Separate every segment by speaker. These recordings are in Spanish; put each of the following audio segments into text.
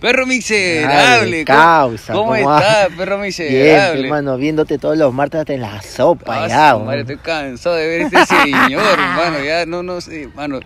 Speaker 1: Perro miserable.
Speaker 2: Ay, causa,
Speaker 1: ¿Cómo,
Speaker 2: ¿cómo va?
Speaker 1: estás, perro
Speaker 2: Bien,
Speaker 1: miserable?
Speaker 2: hermano, viéndote todos los martes hasta en la sopa,
Speaker 1: Ah,
Speaker 2: ya.
Speaker 1: su madre,
Speaker 2: weón.
Speaker 1: estoy cansado de ver este señor, hermano. Ya no, no sé, mano.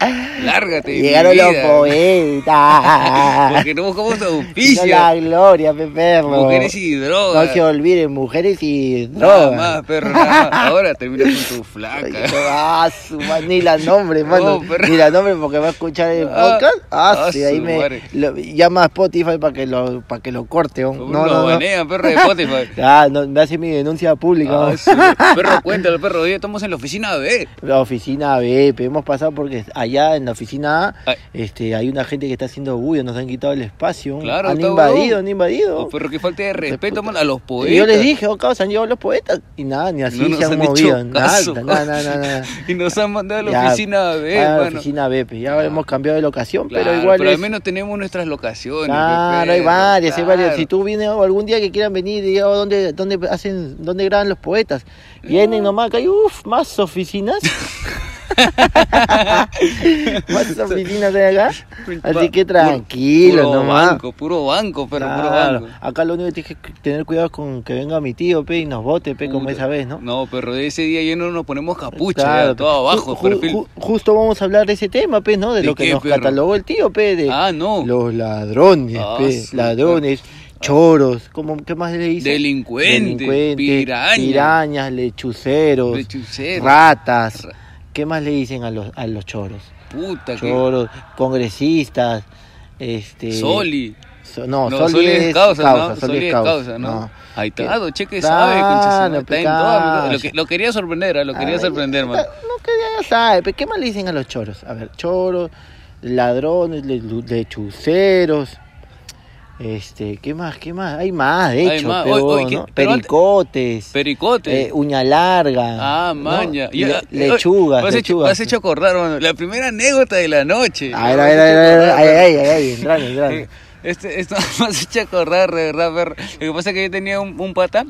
Speaker 1: Lárgate. de mi
Speaker 2: Llegaron los
Speaker 1: vida.
Speaker 2: poetas.
Speaker 1: Porque no buscamos
Speaker 2: Hizo
Speaker 1: auspicio.
Speaker 2: la gloria, pe perro.
Speaker 1: Mujeres y drogas.
Speaker 2: No se olviden, mujeres y
Speaker 1: Nada
Speaker 2: drogas.
Speaker 1: más, perro. nada más. Ahora termina con tu
Speaker 2: Ay,
Speaker 1: flaca.
Speaker 2: Ah, su ma- ni la nombre, mano.
Speaker 1: No, perro.
Speaker 2: Ni la nombre porque va a escuchar el
Speaker 1: Ah,
Speaker 2: podcast. Ah,
Speaker 1: ah,
Speaker 2: sí, ahí
Speaker 1: su
Speaker 2: me
Speaker 1: madre.
Speaker 2: lo- llama a Spotify para que lo, para que lo corte. No,
Speaker 1: Uno
Speaker 2: no,
Speaker 1: lo
Speaker 2: no.
Speaker 1: banean, perro de Spotify.
Speaker 2: Ah, no, me hace mi denuncia pública.
Speaker 1: Ah,
Speaker 2: ¿no?
Speaker 1: su- perro, cuéntalo, perro. Hoy estamos en la oficina B.
Speaker 2: La oficina B, pero hemos pasado porque allá en la oficina A
Speaker 1: Ay.
Speaker 2: este, hay una gente que está haciendo bulla, nos han quitado el espacio.
Speaker 1: Claro,
Speaker 2: han
Speaker 1: está
Speaker 2: invadido,
Speaker 1: huevón.
Speaker 2: han invadido.
Speaker 1: Oh, perro, que falta de respeto,
Speaker 2: puta.
Speaker 1: mano, a los poetas.
Speaker 2: Y yo les dije, oh, cabrón, se han llevado los poetas. Y nada, ni así
Speaker 1: No nos
Speaker 2: se han,
Speaker 1: han hecho
Speaker 2: movido. Nada,
Speaker 1: caso.
Speaker 2: nada, nada, nada, nada.
Speaker 1: Y nos han mandado a la
Speaker 2: Ya,
Speaker 1: oficina B,
Speaker 2: vayan a la
Speaker 1: mano.
Speaker 2: oficina B, pues, ya
Speaker 1: Claro.
Speaker 2: hemos cambiado de locación,
Speaker 1: Claro,
Speaker 2: pero igual es-
Speaker 1: al menos tenemos nuestras locaciones.
Speaker 2: Claro, Ah, hay
Speaker 1: pe, perro,
Speaker 2: varias, hay varias.
Speaker 1: claro.
Speaker 2: Si tú vienes o algún día que quieran venir, diga oh, dónde, dónde hacen, dónde graban los poetas. Vienen nomás acá y uff, más oficinas. más oficinas hay acá. Así que
Speaker 1: Puro-
Speaker 2: tranquilo
Speaker 1: puro
Speaker 2: nomás.
Speaker 1: Banco, puro banco, pero puro
Speaker 2: Claro,
Speaker 1: banco.
Speaker 2: Acá lo único que tienes que tener cuidado es con que venga mi tío, pe, y nos bote, pe, como
Speaker 1: Puta.
Speaker 2: esa vez, ¿no?
Speaker 1: No, pero ese día ya no nos ponemos capucha,
Speaker 2: Claro,
Speaker 1: ya, todo
Speaker 2: pe.
Speaker 1: abajo,
Speaker 2: Ju- ju-
Speaker 1: perfil.
Speaker 2: ju- justo vamos a hablar de ese tema, pe, ¿no? De,
Speaker 1: ¿De
Speaker 2: lo que
Speaker 1: qué,
Speaker 2: nos
Speaker 1: perro?
Speaker 2: catalogó el tío, pe, de
Speaker 1: ah, no.
Speaker 2: los ladrones,
Speaker 1: Ah,
Speaker 2: pe,
Speaker 1: sí,
Speaker 2: ladrones, choros, ¿cómo, ¿qué más le dice?
Speaker 1: Delincuentes, pirañas.
Speaker 2: pirañas, lechuceros,
Speaker 1: Lechuceros.
Speaker 2: ratas.
Speaker 1: Ra-
Speaker 2: ¿Qué más le dicen a los, a los choros?
Speaker 1: Puta, que.
Speaker 2: Choros, congresistas, este...
Speaker 1: Soli.
Speaker 2: So- no,
Speaker 1: No,
Speaker 2: Soli, es causa,
Speaker 1: ¿no?
Speaker 2: Soli, es causa, ¿no?
Speaker 1: Ahí está, Ah,
Speaker 2: Que-
Speaker 1: don Cheque
Speaker 2: Claro,
Speaker 1: sabe, conchesumare, está en todo,
Speaker 2: claro.
Speaker 1: lo, que- lo quería sorprender, ah, lo quería
Speaker 2: Ay,
Speaker 1: sorprender,
Speaker 2: no,
Speaker 1: man.
Speaker 2: No, que ya sabe, pero ¿qué más le dicen a los choros? A ver, choros, ladrones, le- lechuceros, este, ¿qué más? ¿Qué más? Hay más, de
Speaker 1: Hay
Speaker 2: hecho,
Speaker 1: más.
Speaker 2: pero,
Speaker 1: Oye, oye, ¿qué-
Speaker 2: ¿no?
Speaker 1: pero antes-
Speaker 2: pericotes,
Speaker 1: Pericote.
Speaker 2: eh, uña larga,
Speaker 1: Ah,
Speaker 2: ¿no?
Speaker 1: maña.
Speaker 2: Le-
Speaker 1: Ya,
Speaker 2: lechugas,
Speaker 1: eh, has hecho-
Speaker 2: lechugas. Ah,
Speaker 1: has hecho acordar, mano. La primera anécdota de la noche.
Speaker 2: A ver,
Speaker 1: Me
Speaker 2: a
Speaker 1: has
Speaker 2: ver, a
Speaker 1: hecho
Speaker 2: ver, a ver,
Speaker 1: acordar,
Speaker 2: ay,
Speaker 1: perro.
Speaker 2: ay, ay, ay, entrale, entrale.
Speaker 1: Eh, Este, esto me has hecho acordar, de verdad, perro. Lo que pasa es que yo tenía un, un pata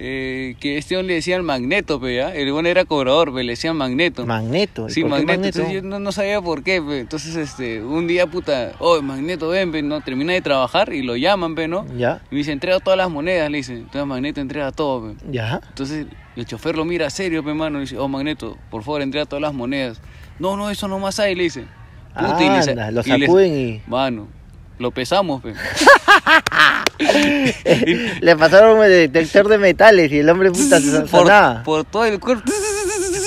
Speaker 1: eh, que este hombre le decían magneto, pe, ¿ya? El bueno era cobrador, pe, le decían magneto.
Speaker 2: Magneto. ¿y
Speaker 1: Sí,
Speaker 2: por qué
Speaker 1: magneto. Entonces yo no, no sabía por qué, pe. Entonces, este, un día, puta, oh, magneto, ven, pe, ¿no? Termina de trabajar y lo llaman, pe, ¿no?
Speaker 2: Ya,
Speaker 1: Y me dice, entrega todas las monedas, le dicen. Entonces, magneto entrega todo, pe.
Speaker 2: ya.
Speaker 1: Entonces el chofer lo mira serio, pe mano, y dice, oh Magneto, por favor entrega todas las monedas. No, no, eso no más hay, le dice. Puta, y le sa-
Speaker 2: Anda, lo
Speaker 1: y le-
Speaker 2: sacuden y...
Speaker 1: Mano, lo pesamos, pe.
Speaker 2: Le pasaron el detector de metales y el hombre puta se
Speaker 1: por,
Speaker 2: sonaba.
Speaker 1: por todo el cuerpo.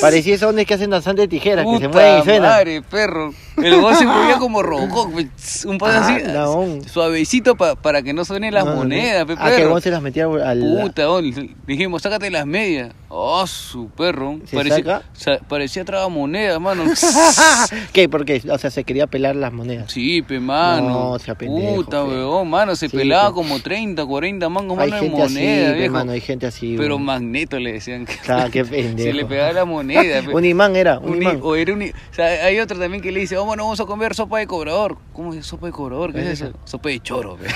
Speaker 2: Parecía esos hombres que hacen danzante de tijeras, que se
Speaker 1: Puta
Speaker 2: mueven y suenan.
Speaker 1: madre, perro. El gol se movía como Robocop, pe. un paso así,
Speaker 2: Anda, Ah, on.
Speaker 1: suavecito pa- para que no suenen las
Speaker 2: No, no, no.
Speaker 1: monedas, pe,
Speaker 2: Ah, que el
Speaker 1: perro.
Speaker 2: huevón se las metía al...
Speaker 1: Puta, on. dijimos, sácate las medias. Oh, su perro.
Speaker 2: ¿Se saca?
Speaker 1: parecía, sa- parecía tragamonedas, mano.
Speaker 2: ¿Qué? ¿Por qué? O sea, se quería pelar las monedas.
Speaker 1: Sí, pe, mano.
Speaker 2: No, sea pendejo,
Speaker 1: Puta,
Speaker 2: fe.
Speaker 1: weón, mano. Se
Speaker 2: Sí,
Speaker 1: pelaba
Speaker 2: pe.
Speaker 1: como 30, 40 mangos,
Speaker 2: Hay
Speaker 1: mano, de
Speaker 2: gente así,
Speaker 1: moneda,
Speaker 2: pe,
Speaker 1: viejo.
Speaker 2: mano, hay gente así.
Speaker 1: Pero
Speaker 2: weón.
Speaker 1: magneto le decían que
Speaker 2: Ah, qué pendejo.
Speaker 1: se le pegaba la moneda. pe.
Speaker 2: Un imán era, un,
Speaker 1: Un i-
Speaker 2: imán.
Speaker 1: o era un i- o sea, hay otro también que le dice, oh, mano, vamos a comer sopa de cobrador. ¿Cómo es sopa de cobrador? ¿Qué es eso? Sopa de choro, pe.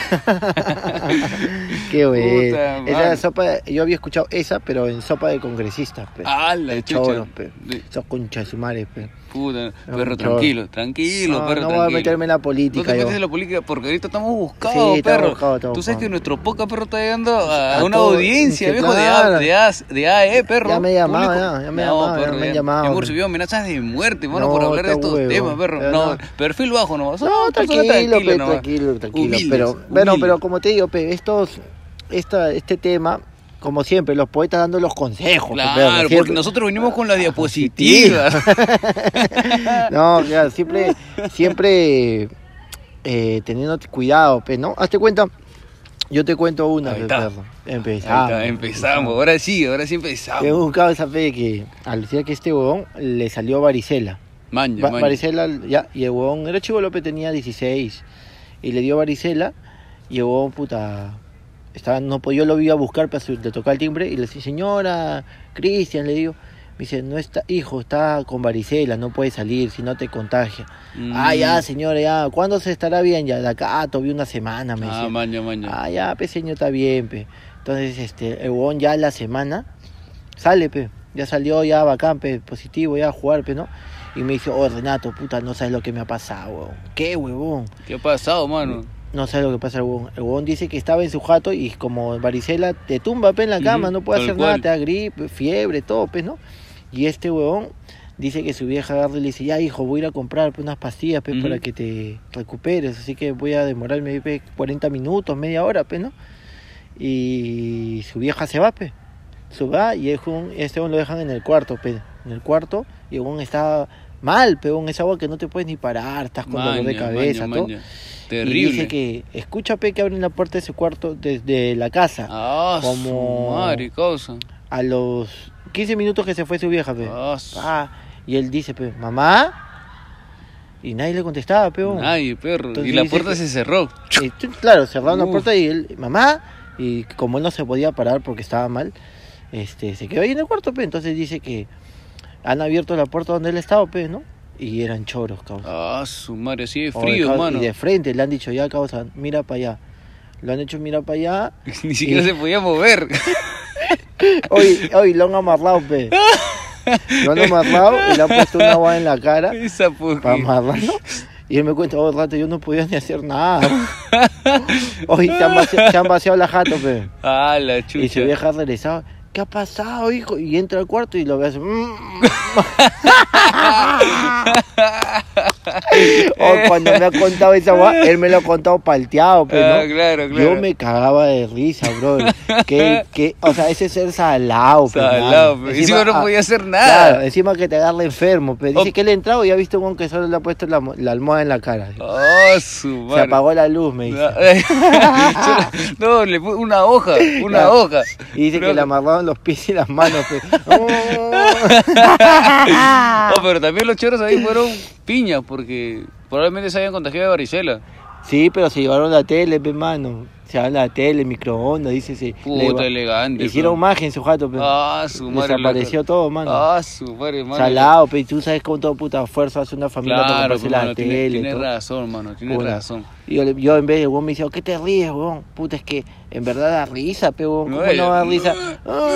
Speaker 2: Qué bueno.
Speaker 1: Puta
Speaker 2: Esa
Speaker 1: madre.
Speaker 2: sopa, yo había escuchado esa, pero en sopa de congresistas, pe.
Speaker 1: Ah, la chucha.
Speaker 2: Choros, pe.
Speaker 1: De-
Speaker 2: Esos conchas de su madre, pe.
Speaker 1: Puta,
Speaker 2: No,
Speaker 1: perro,
Speaker 2: choro.
Speaker 1: tranquilo, tranquilo,
Speaker 2: No,
Speaker 1: perro,
Speaker 2: no voy a
Speaker 1: tranquilo.
Speaker 2: meterme en la política,
Speaker 1: No te metes
Speaker 2: yo.
Speaker 1: en la política porque ahorita estamos buscados,
Speaker 2: Sí, estamos
Speaker 1: perro.
Speaker 2: buscados, estamos
Speaker 1: Tú sabes que
Speaker 2: buscados.
Speaker 1: nuestro poca perro está llegando a,
Speaker 2: A
Speaker 1: una
Speaker 2: todo,
Speaker 1: audiencia,
Speaker 2: sí,
Speaker 1: viejo, de
Speaker 2: claro.
Speaker 1: A- de, A, de AE, perro.
Speaker 2: Ya me llamaba,
Speaker 1: Público.
Speaker 2: ya, ya me llamaba, ya me han llamado,
Speaker 1: Hemos
Speaker 2: hombre.
Speaker 1: recibido amenazas de muerte, mano,
Speaker 2: No,
Speaker 1: por hablar de
Speaker 2: está
Speaker 1: estos
Speaker 2: huevo.
Speaker 1: temas, perro.
Speaker 2: Ya
Speaker 1: No,
Speaker 2: no.
Speaker 1: perfil bajo nomás.
Speaker 2: No,
Speaker 1: Son personas
Speaker 2: tranquilo, pe,
Speaker 1: nomás.
Speaker 2: tranquilo, tranquilo.
Speaker 1: Humildes,
Speaker 2: pero, bueno,
Speaker 1: humildes.
Speaker 2: pero como te digo, pe, estos, esta, este tema, como siempre, los poetas dando los consejos. pe, perro, Ah,
Speaker 1: Claro, porque
Speaker 2: siempre-
Speaker 1: nosotros venimos con las diapositivas.
Speaker 2: No, claro, siempre, siempre eh, teniendo cuidado, pe, ¿no? Hazte cuenta, yo te cuento una,
Speaker 1: Ahí
Speaker 2: pe,
Speaker 1: está.
Speaker 2: perro. Empezamos.
Speaker 1: Ahí está, empezamos, ahora sí, ahora sí
Speaker 2: He
Speaker 1: empezamos.
Speaker 2: buscado esa fe que al decir que este huevón le salió varicela.
Speaker 1: Maña,
Speaker 2: Va-
Speaker 1: maña.
Speaker 2: varicela, ya, y el huevón era chivo López, tenía 16. Y le dio varicela, y el huevón, puta. Estaba, no, podía- yo lo iba a buscar para su- le tocar el timbre y le decía, señora, Cristian, le digo. Me dice, no está, hijo, está con varicela, no puede salir, si no te contagia.
Speaker 1: Mm.
Speaker 2: Ah, ya, señora, ya, ¿cuándo se estará bien? Ya, de acá, ah, todavía una semana, me
Speaker 1: Ah,
Speaker 2: decía.
Speaker 1: maña, maña.
Speaker 2: Ah, ya, pe, señor, está bien, pe. Entonces, este, el huevón ya la semana sale, pe. Ya salió, ya bacán, pe, positivo, ya a jugar, pe, ¿no? Y me dice, oh, Renato, puta, no sabes lo que me ha pasado, huevón. ¿Qué, huevón?
Speaker 1: ¿Qué ha pasado, mano?
Speaker 2: No sabe lo que pasa el huevón. El huevón dice que estaba en su jato y como varicela te tumba pe, en la cama,
Speaker 1: Ujú,
Speaker 2: no puede
Speaker 1: tal
Speaker 2: hacer nada,
Speaker 1: cual.
Speaker 2: te da gripe, fiebre, todo, pues, ¿no? Y este huevón dice que su vieja agarra y le dice, ya hijo, voy a ir a comprar pe, unas pastillas pe,
Speaker 1: Ujú.
Speaker 2: para que te recuperes, así que voy a demorarme pe, 40 minutos, media hora, pues, ¿no? Y su vieja se va, pe. Se va y el huevón- este huevón lo dejan en el cuarto, pe. En el cuarto y el huevón está mal, pe, huevón, es agua que no te puedes ni parar, estás con dolor de
Speaker 1: Maña,
Speaker 2: cabeza,
Speaker 1: maña,
Speaker 2: todo.
Speaker 1: maña.
Speaker 2: Y
Speaker 1: Terrible.
Speaker 2: dice que escucha pe que abren la puerta de su cuarto desde la casa.
Speaker 1: Ah,
Speaker 2: como-
Speaker 1: su madre, causa.
Speaker 2: A los 15 minutos que se fue su vieja, pe.
Speaker 1: Ah, su-
Speaker 2: Ah, y él dice, pe, mamá. Y nadie le contestaba, pe. huevón.
Speaker 1: Nadie, perro.
Speaker 2: Entonces
Speaker 1: Y la
Speaker 2: dice
Speaker 1: puerta
Speaker 2: que-
Speaker 1: se cerró.
Speaker 2: Y tú- claro, cerraron la
Speaker 1: Uf.
Speaker 2: puerta y él, mamá. Y como él no se podía parar porque estaba mal, este, se quedó ahí en el cuarto, pe. Entonces dice que han abierto la puerta donde él estaba, pe, ¿no? Y eran choros, causa.
Speaker 1: Ah, su madre, así de
Speaker 2: O
Speaker 1: frío,
Speaker 2: causa-
Speaker 1: mano.
Speaker 2: Y de frente le han dicho, ya, causa, mira para allá. Lo han hecho mira para allá.
Speaker 1: Ni siquiera
Speaker 2: y-
Speaker 1: se podía mover.
Speaker 2: Hoy, hoy lo han amarrado, pe. Lo han amarrado y le han puesto una guada en la cara
Speaker 1: Esa puta.
Speaker 2: para amarrarlo. Y él me cuenta, oh, rato, yo no podía ni hacer nada. Hoy se han vaciado, se han vaciado la jato, pe.
Speaker 1: Ah, la
Speaker 2: Y
Speaker 1: chucha.
Speaker 2: su vieja ha regresado. ¿Qué ha pasado, hijo? Y entra al cuarto y lo ve así. mm. O Oh, cuando me ha contado esa guada, él me lo ha contado palteado, pe,
Speaker 1: Ah,
Speaker 2: pues, ¿no?
Speaker 1: claro, claro.
Speaker 2: Yo me cagaba de risa, bro. Que, que, o sea, ese ser salado, pe, mano.
Speaker 1: Salado, pe. Encima no
Speaker 2: ah,
Speaker 1: podía hacer nada.
Speaker 2: Claro, eh. encima que te agarra enfermo. Pero dice
Speaker 1: Oh.
Speaker 2: que él ha entrado y ha visto un que solo le ha puesto la, mo- la almohada en la cara.
Speaker 1: Ah, su
Speaker 2: Se
Speaker 1: madre.
Speaker 2: apagó la luz, me dice.
Speaker 1: Ah, no, le puse una hoja, una
Speaker 2: Ya.
Speaker 1: hoja.
Speaker 2: Y dice
Speaker 1: Una
Speaker 2: que le
Speaker 1: hoja.
Speaker 2: amarraron los pies y las manos. pues. pe. Oh. Ah.
Speaker 1: No, Oh, pero también los choros ahí fueron piñas porque probablemente se habían contagiado de varicela.
Speaker 2: Sí, pero se llevaron la tele, pe, mano. Se llevaron la tele, microondas, dice. Se,
Speaker 1: Puta,
Speaker 2: le-
Speaker 1: elegante.
Speaker 2: Hicieron
Speaker 1: pe.
Speaker 2: magia en su jato, pe.
Speaker 1: Ah, su madre. la-
Speaker 2: Desapareció todo, mano.
Speaker 1: Ah, su madre, mano.
Speaker 2: Salado, pe. Tú sabes con toda puta fuerza hace una familia para
Speaker 1: Claro,
Speaker 2: comprarse
Speaker 1: pe,
Speaker 2: la
Speaker 1: mano,
Speaker 2: tele.
Speaker 1: tienes, tienes
Speaker 2: todo.
Speaker 1: razón, mano, tienes
Speaker 2: Puta.
Speaker 1: razón.
Speaker 2: Y Yo, le- yo en vez de huevón me dice, "Oh, ¿qué te ríes, huevón? Puta, es que en verdad da risa, pe, huevón.
Speaker 1: No,
Speaker 2: ¿Cómo no da
Speaker 1: ella-
Speaker 2: risa? Ah,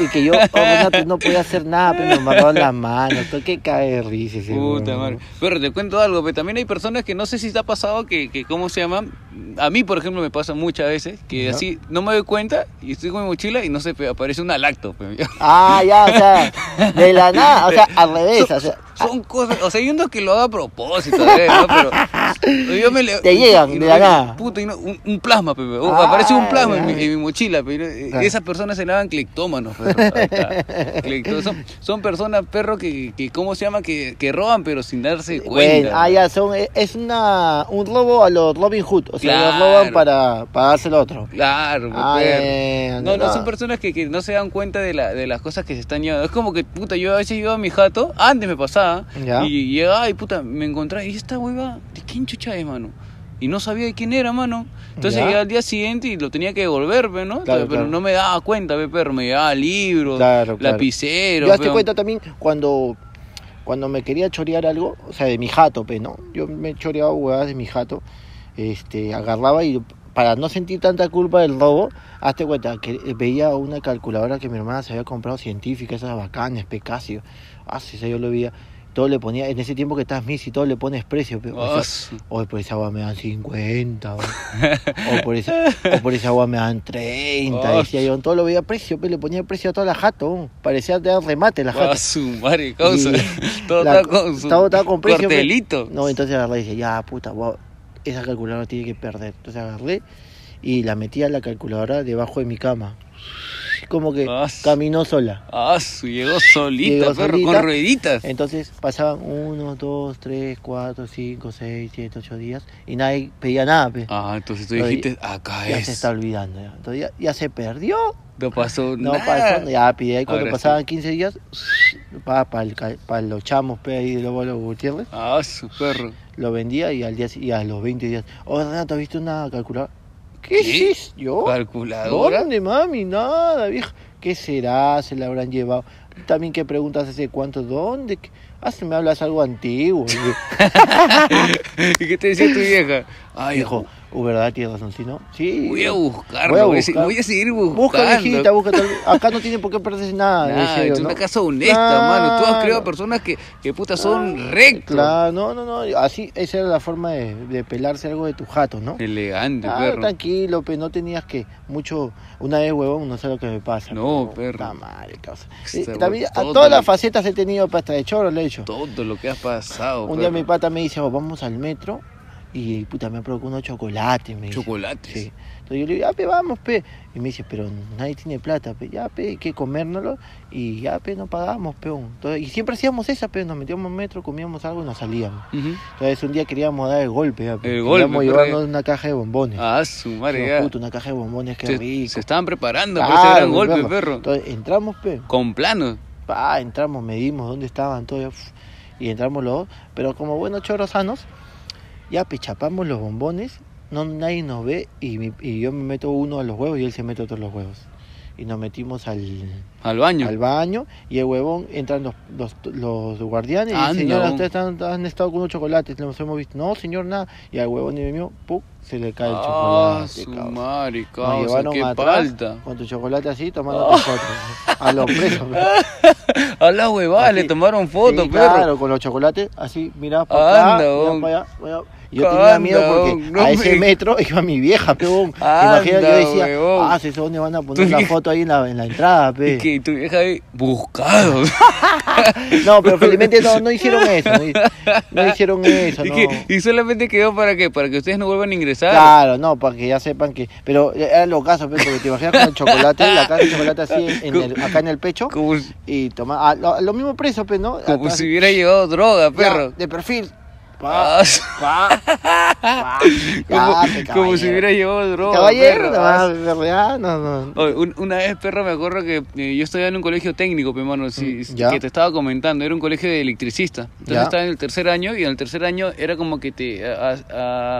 Speaker 2: y que yo, oh, bueno, pues, no podía hacer nada, pero me amarraron las manos. todo que cae de risa ese
Speaker 1: Puta
Speaker 2: huevón.
Speaker 1: madre. Pero te cuento algo, pero también hay personas que no sé si te ha pasado que, que ¿cómo se llaman? A mí, por ejemplo, me pasa muchas veces que
Speaker 2: Ya.
Speaker 1: así no me doy cuenta y estoy con mi mochila y no sé, pe, aparece una lacto. pe.
Speaker 2: Ah, ya, o sea, de la nada, o sea, al revés,
Speaker 1: Son-
Speaker 2: o sea, ah.
Speaker 1: Son cosas, o sea, hay uno que lo haga a propósito, ¿eh? ¿no? pero yo me le-
Speaker 2: Te llegan
Speaker 1: y
Speaker 2: de
Speaker 1: no-
Speaker 2: la nada.
Speaker 1: Puta, y no- un, un plasma, pe, pe. Oh,
Speaker 2: Ah,
Speaker 1: aparece un plasma en mi,
Speaker 2: ya.
Speaker 1: en mi mochila, pero
Speaker 2: Ah.
Speaker 1: eh, esas personas se llaman clectómanos, perro. Ahí está. Clectó- son, son personas, perro, que, que ¿cómo se llama? Que, que roban, pero sin darse
Speaker 2: bueno,
Speaker 1: cuenta.
Speaker 2: ah, ya, son, es una, un robo a los Robin Hood, o sea, los
Speaker 1: Claro.
Speaker 2: roban para, para dárselo a otro.
Speaker 1: Claro,
Speaker 2: Ah,
Speaker 1: pues, perro.
Speaker 2: ya, ya, ya,
Speaker 1: No, no,
Speaker 2: ya.
Speaker 1: son personas que, que no se dan cuenta de, la, de las cosas que se están llevando. Es como que, puta, yo a veces iba a mi jato, antes me pasaba,
Speaker 2: Ya.
Speaker 1: y llegaba y, puta, me encontraba, y esta hueva, ¿de quién chucha es, mano? Y no sabía de quién era, mano. Entonces
Speaker 2: Ya.
Speaker 1: llegaba al día siguiente y lo tenía que devolver, pe, ¿no?
Speaker 2: Claro,
Speaker 1: pero
Speaker 2: claro.
Speaker 1: no me daba cuenta, pe, perro. Me llevaba libros,
Speaker 2: Claro, claro.
Speaker 1: lapicero.
Speaker 2: Yo hazte
Speaker 1: pe.
Speaker 2: cuenta también cuando cuando me quería chorear algo, o sea, de mi jato, pues, ¿no? Yo me choreaba huevadas de mi jato, este, agarraba y para no sentir tanta culpa del robo, hazte cuenta que eh, veía una calculadora que mi hermana se había comprado científica, esas bacanas, pe, Casio. Ah, sí, sí, yo lo veía. Todo le ponía, en ese tiempo que estás mis y todo le pones precio, pe. O
Speaker 1: Ah,
Speaker 2: sea,
Speaker 1: su-
Speaker 2: Hoy por esa agua me dan 50, o, o por esa, o por esa agua me dan 30,
Speaker 1: Oh.
Speaker 2: decía yo, todo lo veía a precio, pe, le ponía precio a toda la jata, oh. parecía de remate la jata.
Speaker 1: Ah, su madre, causa.
Speaker 2: Y
Speaker 1: Todo
Speaker 2: la-
Speaker 1: está con su
Speaker 2: todo está con precio, pe.
Speaker 1: cuartelito.
Speaker 2: No, entonces agarré y dije, ya puta, voy a- esa calculadora tiene que perder. Entonces agarré y la metí a la calculadora debajo de mi cama. Como que
Speaker 1: Ah, su-
Speaker 2: caminó sola.
Speaker 1: Ah, su llegó solita,
Speaker 2: Llegó
Speaker 1: perro,
Speaker 2: solita.
Speaker 1: con rueditas.
Speaker 2: Entonces pasaban 1, 2, 3, 4, 5, 6, 7, 8 días y nadie pedía nada. pues. pe.
Speaker 1: Ah, entonces tú
Speaker 2: Lo di-
Speaker 1: dijiste, acá
Speaker 2: ya
Speaker 1: es.
Speaker 2: se está olvidando. Ya. Entonces ya, ya se perdió.
Speaker 1: No pasó
Speaker 2: No
Speaker 1: nada.
Speaker 2: pasó. Ya pide ahí cuando
Speaker 1: Ahora sí.
Speaker 2: pasaban 15 días. Para los chamos, pe, ahí de los bolos Gutiérrez.
Speaker 1: Ah, su perro.
Speaker 2: Lo vendía y al día y a los 20 días. Oh, Renato, ¿has visto una calculadora? ¿Qué,
Speaker 1: ¿Qué?
Speaker 2: es yo?
Speaker 1: Calculadora.
Speaker 2: ¿Dónde, mami? Nada, vieja. ¿Qué será? ¿Se la habrán llevado? También que preguntas hace cuánto, ¿dónde? Ah, si me hablas algo antiguo. le-
Speaker 1: ¿Y qué te decía tu vieja? Ay,
Speaker 2: Dijo, "Uh, ¿verdad tienes razón? ¿Sí, no? Sí.
Speaker 1: Voy a buscarlo,
Speaker 2: Voy a
Speaker 1: voy a, se-
Speaker 2: buscar.
Speaker 1: voy a seguir buscando.
Speaker 2: Busca, viejita, busca. tal- Acá no tiene por qué perderse nada.
Speaker 1: Nada,
Speaker 2: decía yo,
Speaker 1: es
Speaker 2: ¿no?
Speaker 1: una casa honesta, mano. Tú has creado personas que, que puta son rectos.
Speaker 2: Claro, no, no, no. Así, esa era la forma de, de pelarse algo de tu jato, ¿no?
Speaker 1: Elegante,
Speaker 2: Ah,
Speaker 1: perro.
Speaker 2: tranquilo, pero no tenías que mucho. Una vez, huevón, no sé lo que me pasa.
Speaker 1: No,
Speaker 2: pe,
Speaker 1: perro.
Speaker 2: puta madre, causa.
Speaker 1: Este,
Speaker 2: Eh, también, a
Speaker 1: todo
Speaker 2: todas
Speaker 1: lo-
Speaker 2: las facetas he tenido pasta de choro, le he hecho.
Speaker 1: Todo lo que has pasado.
Speaker 2: Un día
Speaker 1: perro.
Speaker 2: mi pata me dice, "Oh, vamos al metro y puta, me provocó unos chocolates. Me dice.
Speaker 1: Chocolates.
Speaker 2: Sí. Entonces yo le digo, ya, pe, vamos, pe. Y me dice, pero nadie tiene plata, pe. Ya, pe, hay que comérnoslo y ya, pe, no pagamos, peón. Entonces, y siempre hacíamos esa, pe. Nos metíamos en metro, comíamos algo y nos salíamos.
Speaker 1: Ujú.
Speaker 2: Entonces un día queríamos dar el golpe, ya, pe.
Speaker 1: El
Speaker 2: Queríamos
Speaker 1: golpe,
Speaker 2: llevarnos
Speaker 1: correcto.
Speaker 2: una caja de bombones.
Speaker 1: Ah, su madre,
Speaker 2: Dijimos,
Speaker 1: ya.
Speaker 2: puta, una caja de bombones, qué
Speaker 1: Se,
Speaker 2: rico.
Speaker 1: se estaban preparando para
Speaker 2: Claro,
Speaker 1: ese gran golpe,
Speaker 2: perro.
Speaker 1: perro.
Speaker 2: Entonces entramos, pe.
Speaker 1: Con planos.
Speaker 2: Pa, entramos, medimos dónde estaban todos. uf, Y entramos los dos. Pero como buenos choros sanos, ya pichapamos los bombones. No, nadie nos ve. Y, mi- y yo me meto uno a los huevos y él se mete otro a los huevos. Y nos metimos al,
Speaker 1: Al baño.
Speaker 2: al baño. Y el huevón entran los, los, los guardianes. Y
Speaker 1: Anda,
Speaker 2: señora,
Speaker 1: huevón.
Speaker 2: ustedes han, han estado con unos chocolates. Los hemos visto. No, señor, nada. Y al huevón de mío, ¡puc! se le cae el
Speaker 1: Ah,
Speaker 2: chocolate.
Speaker 1: su
Speaker 2: causa.
Speaker 1: madre,
Speaker 2: Nos
Speaker 1: causa,
Speaker 2: llevaron
Speaker 1: qué
Speaker 2: atrás
Speaker 1: palta.
Speaker 2: con tu chocolate así tomando fotos. A los presos. pe.
Speaker 1: A la huevada,
Speaker 2: Así.
Speaker 1: le tomaron fotos,
Speaker 2: Sí,
Speaker 1: perro.
Speaker 2: Claro, con los chocolates, así, mira
Speaker 1: Anda,
Speaker 2: para acá, mira
Speaker 1: bon.
Speaker 2: pa' allá, mira. Y Yo
Speaker 1: Anda,
Speaker 2: tenía miedo porque
Speaker 1: bon, no
Speaker 2: a ese
Speaker 1: me-
Speaker 2: metro iba mi vieja, pe, bon.
Speaker 1: Anda,
Speaker 2: Imagina, yo decía,
Speaker 1: huevón.
Speaker 2: ah, si dónde van a poner
Speaker 1: Tu
Speaker 2: la
Speaker 1: vieja-
Speaker 2: foto ahí en la, en la entrada, pe.
Speaker 1: Y que tu vieja ahí, buscado.
Speaker 2: No, pero felizmente no, no hicieron eso, no, hi- no hicieron eso,
Speaker 1: y,
Speaker 2: no.
Speaker 1: que- y solamente quedó para qué? Para que ustedes no vuelvan a ingresar.
Speaker 2: Claro, no, para que ya sepan que... Pero era lo caso, pe, porque te imaginas con el chocolate, la caja de chocolate así, en el- acá en el pecho,
Speaker 1: Como, si-
Speaker 2: y toma... ah, lo, lo mismo preso, pe, ¿no?
Speaker 1: como
Speaker 2: Atrás,
Speaker 1: si hubiera llevado droga,
Speaker 2: ya,
Speaker 1: perro.
Speaker 2: De perfil. Pa,
Speaker 1: Ah, su-
Speaker 2: Pa, pa.
Speaker 1: como,
Speaker 2: Ya, pe,
Speaker 1: como si
Speaker 2: caballero.
Speaker 1: hubiera llevado droga. perro.
Speaker 2: Caballero, no,
Speaker 1: Ah,
Speaker 2: ¿verdad? No, no.
Speaker 1: Oye, un- una vez, perro, me acuerdo que eh, yo estudiaba en un colegio técnico, mi hermano, sí, sí,
Speaker 2: Mm, ya.
Speaker 1: que te estaba comentando, era un colegio de electricista. Entonces
Speaker 2: Ya.
Speaker 1: estaba en el tercer año y en el tercer año era como que te, a- a-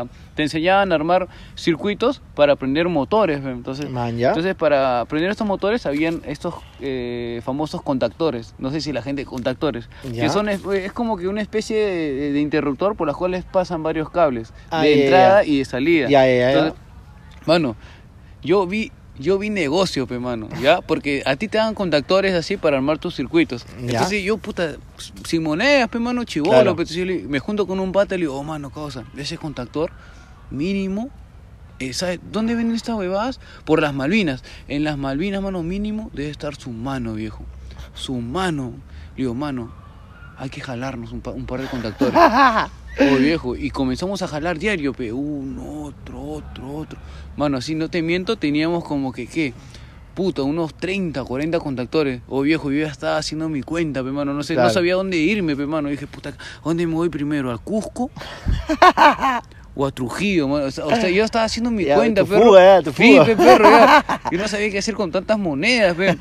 Speaker 1: a- te enseñaban a armar circuitos para aprender motores. ¿ve? Entonces,
Speaker 2: Man, ya.
Speaker 1: entonces para aprender estos motores habían estos eh, famosos contactores, no sé si la gente, contactores,
Speaker 2: Ya.
Speaker 1: que son, es, es como que una especie de, de interruptor por las cuales pasan varios cables,
Speaker 2: Ah,
Speaker 1: de
Speaker 2: ya, ya,
Speaker 1: entrada
Speaker 2: ya.
Speaker 1: y de salida.
Speaker 2: Ya, ya, ya,
Speaker 1: Entonces, Mano, yo vi, yo vi negocio, pe mano, ¿ya? Porque a ti te dan contactores así para armar tus circuitos.
Speaker 2: Ya.
Speaker 1: Entonces yo, puta, sin monedas, pe mano, chivolo,
Speaker 2: Claro.
Speaker 1: pe. Entonces yo le- me junto con un pata y le digo, oh, mano, cosa, ese contactor mínimo, eh, ¿sabes dónde venden estas huevadas? Por las Malvinas. En las Malvinas, mano, mínimo debe estar su mano, viejo. Su mano. Le digo, mano, hay que jalarnos un, pa- un par de contactores. Oh, viejo, y comenzamos a jalar diario, pe, uno, otro, otro, otro. Mano, así no te miento, teníamos como que, ¿qué? Puta, unos 30, 40 contactores. Oh, viejo, yo ya estaba haciendo mi cuenta, pe, mano. No, sé,
Speaker 2: Claro.
Speaker 1: no sabía dónde irme, pe, mano. Dije, puta, ¿a ¿dónde me voy primero? ¿Al Cusco? ¿O a Trujillo, mano? O sea, o sea, yo estaba haciendo mi
Speaker 2: Ya,
Speaker 1: cuenta,
Speaker 2: tu
Speaker 1: perro.
Speaker 2: fuga, ya, tu
Speaker 1: Sí,
Speaker 2: fuga.
Speaker 1: pe, perro, ya. Yo no sabía qué hacer con tantas monedas, pe.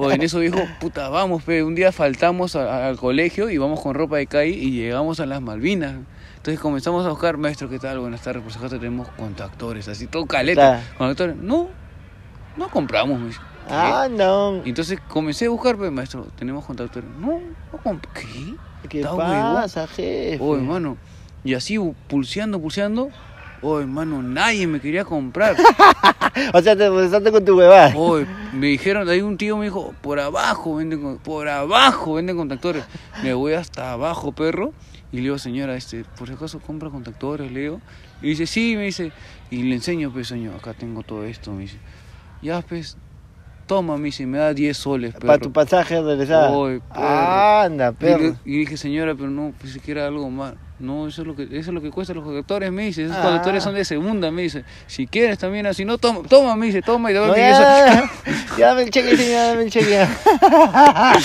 Speaker 1: O en eso dijo, puta, vamos, pe. Un día faltamos a- a- al colegio y vamos con ropa de calle y llegamos a las Malvinas. Entonces comenzamos a buscar, maestro, ¿qué tal? Buenas tardes, por si acaso tenemos contactores, así todo caleta.
Speaker 2: Claro.
Speaker 1: Contactores, no, no compramos, me dice. ¿Qué?
Speaker 2: Ah, no.
Speaker 1: Y Entonces comencé a buscar, pe, maestro, tenemos contactores. No, no comp- ¿Qué?
Speaker 2: ¿Qué
Speaker 1: Está
Speaker 2: pasa, jefe?
Speaker 1: Oh, hermano. Y así pulseando, pulseando. Oh, hermano, nadie me quería comprar.
Speaker 2: O sea, te regresaste con tu huevada.
Speaker 1: Oh, me dijeron, ahí un tío me dijo, por abajo venden, con- por abajo venden contactores. Me voy hasta abajo, perro. Y le digo, señora, este, por si acaso compra contactores, le digo. Y dice, sí, me dice. Y le enseño, pues, señor, acá tengo todo esto, me dice. Ya, pues, toma, me dice, y me da 10 soles, perro.
Speaker 2: Para tu pasaje regresada. Ah,
Speaker 1: Oy, perro.
Speaker 2: Anda,
Speaker 1: Y,
Speaker 2: perro.
Speaker 1: le- y dije, señora, pero no, pensé que era algo más. No, eso es lo que, eso es lo que cuesta los conductores, me dice. Esos
Speaker 2: Ah.
Speaker 1: conductores son de segunda, me dice. Si quieres también, así no, toma, toma, me dice, toma y te va a
Speaker 2: No,
Speaker 1: pedir
Speaker 2: ya,
Speaker 1: eso.
Speaker 2: ya, ya, ya, dame el cheque, señora, dame el cheque. ya.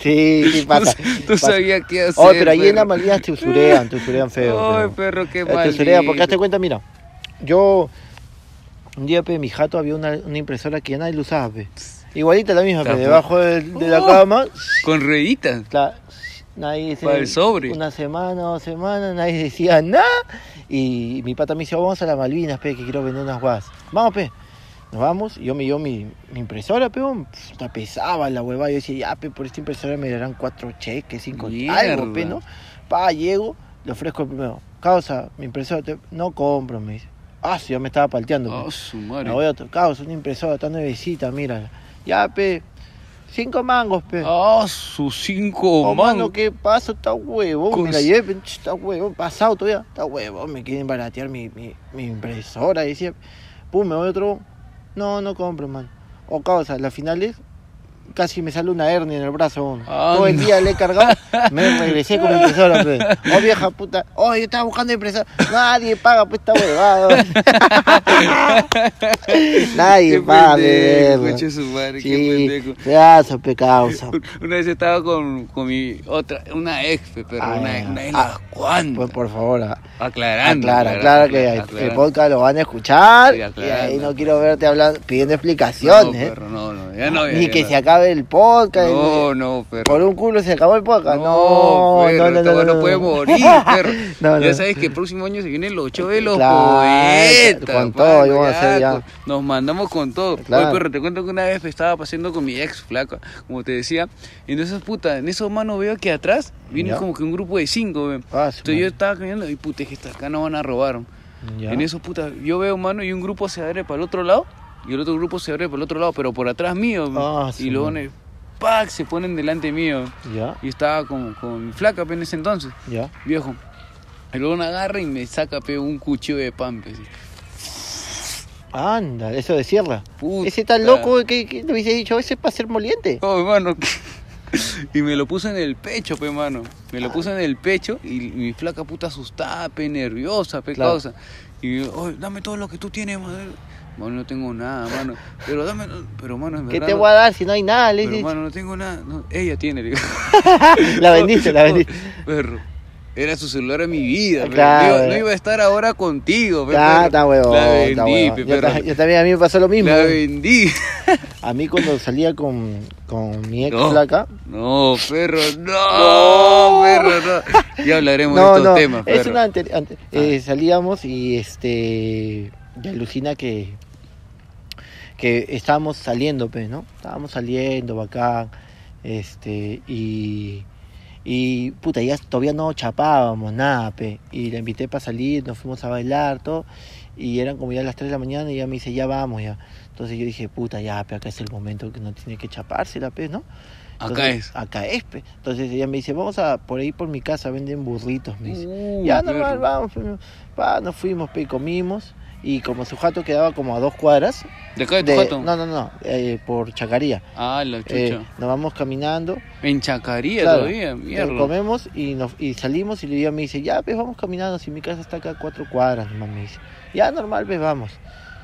Speaker 2: sí, sí pasa.
Speaker 1: Tú
Speaker 2: Pasa.
Speaker 1: sabías qué hacer.
Speaker 2: Oh, pero ahí en
Speaker 1: perro.
Speaker 2: las Malvinas te usurean, te usurean feo.
Speaker 1: Ay,
Speaker 2: feo.
Speaker 1: perro, qué
Speaker 2: Eh, te
Speaker 1: mal.
Speaker 2: usurean, porque hazte cuenta, mira, yo un día pe, en mi jato había una, una impresora que ya nadie lo usaba, pe. Igualita la misma, pe,
Speaker 1: Tampoco.
Speaker 2: debajo del- de, la
Speaker 1: Oh.
Speaker 2: cama,
Speaker 1: Con rueditas.
Speaker 2: la- nadie
Speaker 1: Para el sobre.
Speaker 2: Una semana, dos semanas, nadie decía nada. Y mi pata me dice, "Oh, vamos a las Malvinas, pe, que quiero vender unas guas. Vamos, pe. Nos vamos, y yo me llevo mi, mi impresora, peón. Puta, pesaba la huevada. Yo decía, ya, pe, por esta impresora me darán cuatro cheques, cinco cheques, algo, pe,
Speaker 1: Mierda.
Speaker 2: ¿no? Pa, llego, le ofrezco el primero. Causa, mi impresora, te- no compro, me dice. Ah, sí, yo me estaba palteando. pe.
Speaker 1: Ah, su madre.
Speaker 2: Me voy a otro, causa, una impresora, está nuevecita, mírala. Ya, pe, cinco mangos, pe.
Speaker 1: Ah, su cinco
Speaker 2: Oh,
Speaker 1: mano.
Speaker 2: mano, ¿qué pasa? Está huevón.
Speaker 1: Con-
Speaker 2: Me la llevé, ch, está huevón. Pasado todavía. Está huevón. Me quieren baratear mi, mi, mi impresora. Y decía, pum, me voy a otro. No, no compro, man. O causa, las finales casi me sale una hernia en el brazo. weón.
Speaker 1: Ah,
Speaker 2: Todo el
Speaker 1: no.
Speaker 2: día le he cargado. Me regresé con mi impresora, pe. Oh, vieja puta. Oh, yo estaba buscando impresora. Nadie paga, pues, esta huevada. weón. Nadie
Speaker 1: Qué
Speaker 2: paga,
Speaker 1: pendejo,
Speaker 2: pe,
Speaker 1: coche su madre, qué
Speaker 2: Sí,
Speaker 1: pendejo.
Speaker 2: pedazo, pe, causa.
Speaker 1: Una vez estaba con, con mi otra, una ex, pe, pero
Speaker 2: Ah,
Speaker 1: una,
Speaker 2: ya.
Speaker 1: una de
Speaker 2: Ah,
Speaker 1: las cuantas.
Speaker 2: Pues, por favor, ah.
Speaker 1: Aclarando.
Speaker 2: Aclara,
Speaker 1: aclarando,
Speaker 2: aclara que
Speaker 1: aclarando.
Speaker 2: el podcast lo van a escuchar
Speaker 1: Sí,
Speaker 2: y
Speaker 1: aclarando.
Speaker 2: ahí no quiero verte hablando, pidiendo
Speaker 1: No,
Speaker 2: explicaciones.
Speaker 1: perro, no, no, ya no. ya,
Speaker 2: ¿eh? Ah, Ni
Speaker 1: ya
Speaker 2: que
Speaker 1: no.
Speaker 2: se acabe el podcast.
Speaker 1: No, no, perro.
Speaker 2: Por un culo se acabó el podcast.
Speaker 1: No,
Speaker 2: Ah, No,
Speaker 1: perro,
Speaker 2: no, no,
Speaker 1: esta
Speaker 2: no,
Speaker 1: weá
Speaker 2: no,
Speaker 1: no
Speaker 2: no.
Speaker 1: puede morir, perro.
Speaker 2: No,
Speaker 1: Ya
Speaker 2: no.
Speaker 1: sabes que el próximo año se viene el 8 de los
Speaker 2: Claro,
Speaker 1: poetas.
Speaker 2: con
Speaker 1: mano,
Speaker 2: todo, yo voy a hacer ya.
Speaker 1: con- Nos mandamos con todo.
Speaker 2: Claro.
Speaker 1: Oye, perro, te cuento que una vez estaba paseando con mi ex flaca, como te decía. Y entonces, puta, en esos manos veo que atrás viene
Speaker 2: Ya.
Speaker 1: como que un grupo de cinco, weón.
Speaker 2: Ah, su
Speaker 1: Entonces yo
Speaker 2: madre.
Speaker 1: estaba caminando y puta, dije, "Esta acá no van a robar.
Speaker 2: Ya.
Speaker 1: En eso, puta, yo veo mano y un grupo se abre para el otro lado y el otro grupo se abre para el otro lado, pero por atrás mío.
Speaker 2: Ah,
Speaker 1: y
Speaker 2: su
Speaker 1: luego,
Speaker 2: madre.
Speaker 1: ¡pac! se ponen delante mío.
Speaker 2: Ya,
Speaker 1: Y estaba con, con mi flaca pe, en ese entonces,
Speaker 2: ya.
Speaker 1: viejo. Y luego me agarra y me saca pe, un cuchillo de pan. pe, así.
Speaker 2: Anda, eso de sierra.
Speaker 1: Puta.
Speaker 2: Ese tan loco que, que le hubiese dicho, ese es para ser moliente.
Speaker 1: Oh, mano. Y me lo puso en el pecho, pe, mano. Me lo puso en el pecho y mi flaca puta asustada, pe, nerviosa, pe,
Speaker 2: Claro.
Speaker 1: causa. Y yo, "Oye, dame todo lo que tú tienes, mano. Mano, no tengo nada, mano. Pero dame, pero mano, en
Speaker 2: ¿Qué
Speaker 1: verdad
Speaker 2: te
Speaker 1: no-
Speaker 2: voy a dar si no hay nada? Le
Speaker 1: Pero
Speaker 2: dices.
Speaker 1: mano, no tengo nada. No, ella tiene, le digo.
Speaker 2: La bendice, la bendice.
Speaker 1: Perro. Era su celular en mi vida. perro.
Speaker 2: Claro,
Speaker 1: No iba- no
Speaker 2: eh.
Speaker 1: iba a estar ahora contigo. pe,
Speaker 2: Ya,
Speaker 1: perro.
Speaker 2: Ah, está huevón.
Speaker 1: La
Speaker 2: está
Speaker 1: vendí,
Speaker 2: huevón.
Speaker 1: pe,
Speaker 2: Yo, ta-
Speaker 1: perro.
Speaker 2: yo también a mí me pasó lo mismo.
Speaker 1: La vendí.
Speaker 2: A mí cuando salía con, con mi ex
Speaker 1: No.
Speaker 2: flaca,
Speaker 1: No, perro, no, perro, no. Ya hablaremos de
Speaker 2: no,
Speaker 1: estos
Speaker 2: no,
Speaker 1: temas, Ah.
Speaker 2: es
Speaker 1: perro.
Speaker 2: una anteri- ante- eh, salíamos y este y alucina que que estábamos saliendo, pues, ¿no? Estábamos saliendo bacán, este y y puta, ya todavía no chapábamos nada, pe. Y la invité para salir, nos fuimos a bailar, todo. Y eran como ya las 3 de la mañana y ella me dice, ya vamos, ya. Entonces yo dije, puta, ya, pe, acá es el momento que no tiene que chaparse la pe, ¿no?
Speaker 1: Acá
Speaker 2: Entonces,
Speaker 1: es.
Speaker 2: Acá es, pe. Entonces ella me dice, vamos a por ahí por mi casa, venden burritos, me dice.
Speaker 1: Uh,
Speaker 2: Mm, ya,
Speaker 1: perro.
Speaker 2: normal, vamos. pe. Pa, nos fuimos, pe, y comimos. Y como su jato quedaba como a dos cuadras.
Speaker 1: ¿De acá de tu
Speaker 2: de-
Speaker 1: jato?
Speaker 2: No, no, no, eh, por Chacaría.
Speaker 1: Ah, la
Speaker 2: Eh,
Speaker 1: chucha.
Speaker 2: nos vamos caminando.
Speaker 1: en Chacaría
Speaker 2: claro,
Speaker 1: todavía, mierda.
Speaker 2: Comemos y, nos, y salimos y ella me dice, ya, pues vamos caminando, si mi casa está acá a cuatro cuadras, nomás me dice. Ya, normal, pues vamos.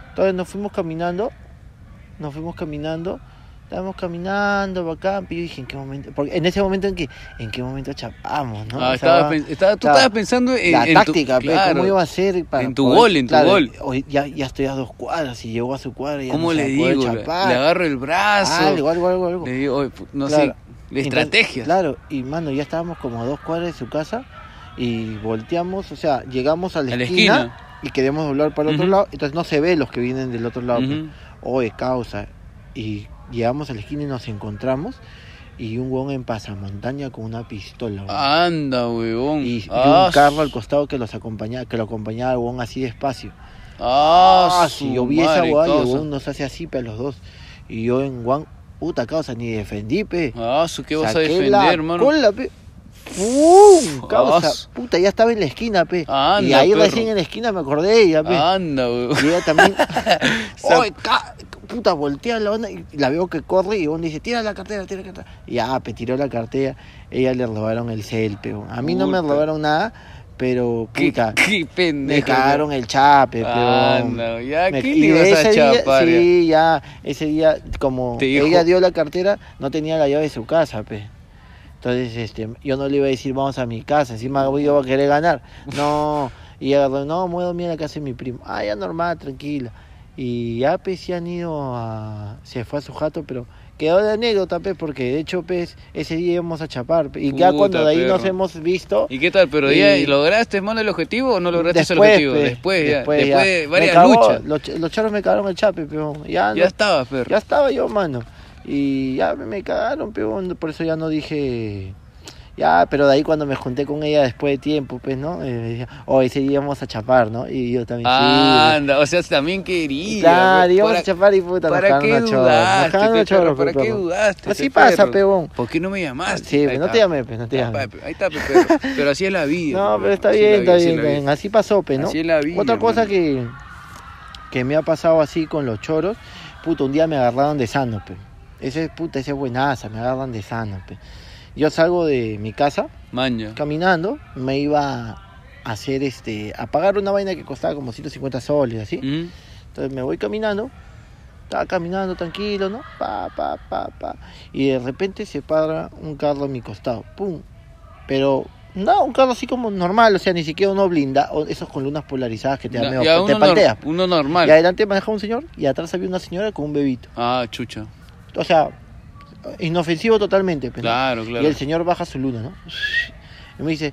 Speaker 2: Entonces nos fuimos caminando, nos fuimos caminando, estábamos caminando, bacán, y yo dije, ¿en qué momento? Porque en ese momento en que, ¿en qué momento chapamos,
Speaker 1: Ah,
Speaker 2: no? O sea,
Speaker 1: estaba
Speaker 2: va-
Speaker 1: pen- estaba- tú
Speaker 2: estaba-
Speaker 1: estabas pensando en,
Speaker 2: la
Speaker 1: en tu-
Speaker 2: táctica, pe,
Speaker 1: claro.
Speaker 2: ¿cómo iba a ser? Para
Speaker 1: En tu gol, en tu gol.
Speaker 2: hoy ya, ya estoy a dos cuadras y llegó a su cuadra y ya
Speaker 1: ¿Cómo
Speaker 2: no se
Speaker 1: le
Speaker 2: va a poder
Speaker 1: digo? Le,
Speaker 2: chapar.
Speaker 1: le agarro el brazo.
Speaker 2: Algo, algo, algo, algo.
Speaker 1: Le digo, "Oye, pu- no
Speaker 2: Claro.
Speaker 1: sé, de
Speaker 2: Entonces,
Speaker 1: estrategias.
Speaker 2: Claro, y mano, ya estábamos como a dos cuadras de su casa y volteamos, o sea, llegamos a la,
Speaker 1: A la
Speaker 2: esquina,
Speaker 1: esquina.
Speaker 2: y queremos doblar para el otro
Speaker 1: Ujú.
Speaker 2: lado, entonces no se ve los que vienen del otro lado. pues.
Speaker 1: Ujú.
Speaker 2: Oye, causa. Y llegamos a la esquina y nos encontramos y un huevón en pasamontaña con una pistola. huevón.
Speaker 1: Anda, huevón.
Speaker 2: Y, y
Speaker 1: Ah,
Speaker 2: un carro al costado que los acompañaba, que lo acompañaba al huevón así despacio.
Speaker 1: Ah,
Speaker 2: Ah, si
Speaker 1: su
Speaker 2: yo vi esa
Speaker 1: madre,
Speaker 2: huevada, y el
Speaker 1: causa.
Speaker 2: huevón nos hace así para los dos. Y yo en guan, puta causa, ni defendí, pe.
Speaker 1: Ah, su, ¿qué vas a
Speaker 2: Saqué
Speaker 1: defender,
Speaker 2: la
Speaker 1: hermano?
Speaker 2: cola, pe. ¡Pum! Causa,
Speaker 1: As.
Speaker 2: puta, ya estaba en la esquina, pe.
Speaker 1: Ah, Anda,
Speaker 2: y ahí
Speaker 1: perro. Ah.
Speaker 2: recién en la esquina me acordé de ella, pe.
Speaker 1: Anda, huevón.
Speaker 2: Y ella también.
Speaker 1: Sa-
Speaker 2: Oy, ca- Puta, voltea la onda y la veo que corre y uno dice, tira la cartera, tira la cartera. Y ya, pe, tiró la cartera. Ella le robaron el cel, pe. A mí no me
Speaker 1: Puta.
Speaker 2: robaron nada, pero
Speaker 1: Qué,
Speaker 2: puta.
Speaker 1: qué
Speaker 2: Me
Speaker 1: pendejo.
Speaker 2: cagaron el chape, pe.
Speaker 1: Anda, ya,
Speaker 2: Me-
Speaker 1: ¿qué
Speaker 2: y
Speaker 1: le ibas a
Speaker 2: ese día-
Speaker 1: chapar? ya?
Speaker 2: sí, ya, ese día, como
Speaker 1: Te dijo-
Speaker 2: ella dio la cartera, no tenía la llave de su casa, pe. Entonces, este, yo no le iba a decir, vamos a mi casa, encima yo voy a querer ganar. No, y agarró, no, me voy a dormir en la casa de mi primo. Ah, ya normal, tranquila. Y ya, pe, sí han ido a, se fue a su jato, pero Quedó de anécdota, pues, porque de hecho, pues, ese día íbamos a chapar. pe, Y ya
Speaker 1: Puta,
Speaker 2: cuando de ahí nos
Speaker 1: perro.
Speaker 2: hemos visto,
Speaker 1: ¿Y qué tal? ¿Pero ya
Speaker 2: Y-
Speaker 1: lograste mano el objetivo o no lograste
Speaker 2: después,
Speaker 1: el objetivo?
Speaker 2: pe,
Speaker 1: después, ya. Después,
Speaker 2: después ya.
Speaker 1: de
Speaker 2: Me
Speaker 1: varias
Speaker 2: cagó,
Speaker 1: luchas.
Speaker 2: Los, ch- los charros me cagaron el chape, peón.
Speaker 1: Ya
Speaker 2: Ya, no-
Speaker 1: estabas, perro.
Speaker 2: ya estaba yo, mano. Y ya me- me cagaron, peón. Por eso ya no dije. Ya, pero de ahí cuando me junté con ella después de tiempo, pues, ¿no? Eh, me decía, oh, ese día íbamos a chapar, ¿no? Y yo también. sí.
Speaker 1: Ah, Anda, o sea, también quería.
Speaker 2: Claro,
Speaker 1: pe-
Speaker 2: íbamos
Speaker 1: para-
Speaker 2: a chapar y puta, nos
Speaker 1: ¿Para
Speaker 2: cagaron
Speaker 1: qué
Speaker 2: a chorros, nos
Speaker 1: dudaste?
Speaker 2: cagaron a
Speaker 1: pe,
Speaker 2: chorros,
Speaker 1: perro? ¿Para
Speaker 2: pe,
Speaker 1: qué
Speaker 2: perro.
Speaker 1: dudaste?
Speaker 2: Así
Speaker 1: pe,
Speaker 2: pasa,
Speaker 1: perro?
Speaker 2: peón.
Speaker 1: ¿Por qué no me llamaste?
Speaker 2: Sí,
Speaker 1: Ahí
Speaker 2: no
Speaker 1: está.
Speaker 2: te llamé, pues, no te
Speaker 1: Ah,
Speaker 2: llamé.
Speaker 1: pe, Ahí está, pe, perro. Pero así es la vida.
Speaker 2: No,
Speaker 1: pe,
Speaker 2: pero está
Speaker 1: así es la
Speaker 2: bien,
Speaker 1: vida,
Speaker 2: está
Speaker 1: así es
Speaker 2: bien,
Speaker 1: la
Speaker 2: está
Speaker 1: vida.
Speaker 2: bien. Así pasó, pe, ¿no?
Speaker 1: Así es la vida,
Speaker 2: Otra cosa
Speaker 1: hermano.
Speaker 2: que, que me ha pasado así con los choros, puta, un día me agarraron de sano, pe. Ese, puta, ese es buenaza, me agarran de sano, pe. Yo salgo de mi casa
Speaker 1: Maña.
Speaker 2: caminando, me iba a hacer este, a pagar una vaina que costaba como 150 soles, así.
Speaker 1: ¿Mm?
Speaker 2: Entonces me voy caminando, estaba caminando tranquilo, ¿no? Pa, pa, pa, pa. Y de repente se para un carro a mi costado, ¡pum! Pero, no, un carro así como normal, o sea, ni siquiera uno blinda, o esos con lunas polarizadas que te, dan
Speaker 1: Ya,
Speaker 2: medio-
Speaker 1: ya
Speaker 2: te
Speaker 1: uno, nor-
Speaker 2: panteas.
Speaker 1: uno
Speaker 2: Y
Speaker 1: normal.
Speaker 2: adelante manejaba un señor y atrás había una señora con un bebito.
Speaker 1: Ah, chucha.
Speaker 2: O sea, inofensivo totalmente. pues, ¿no?
Speaker 1: Claro,
Speaker 2: Y
Speaker 1: claro.
Speaker 2: el señor baja su luna, ¿no? Y me dice,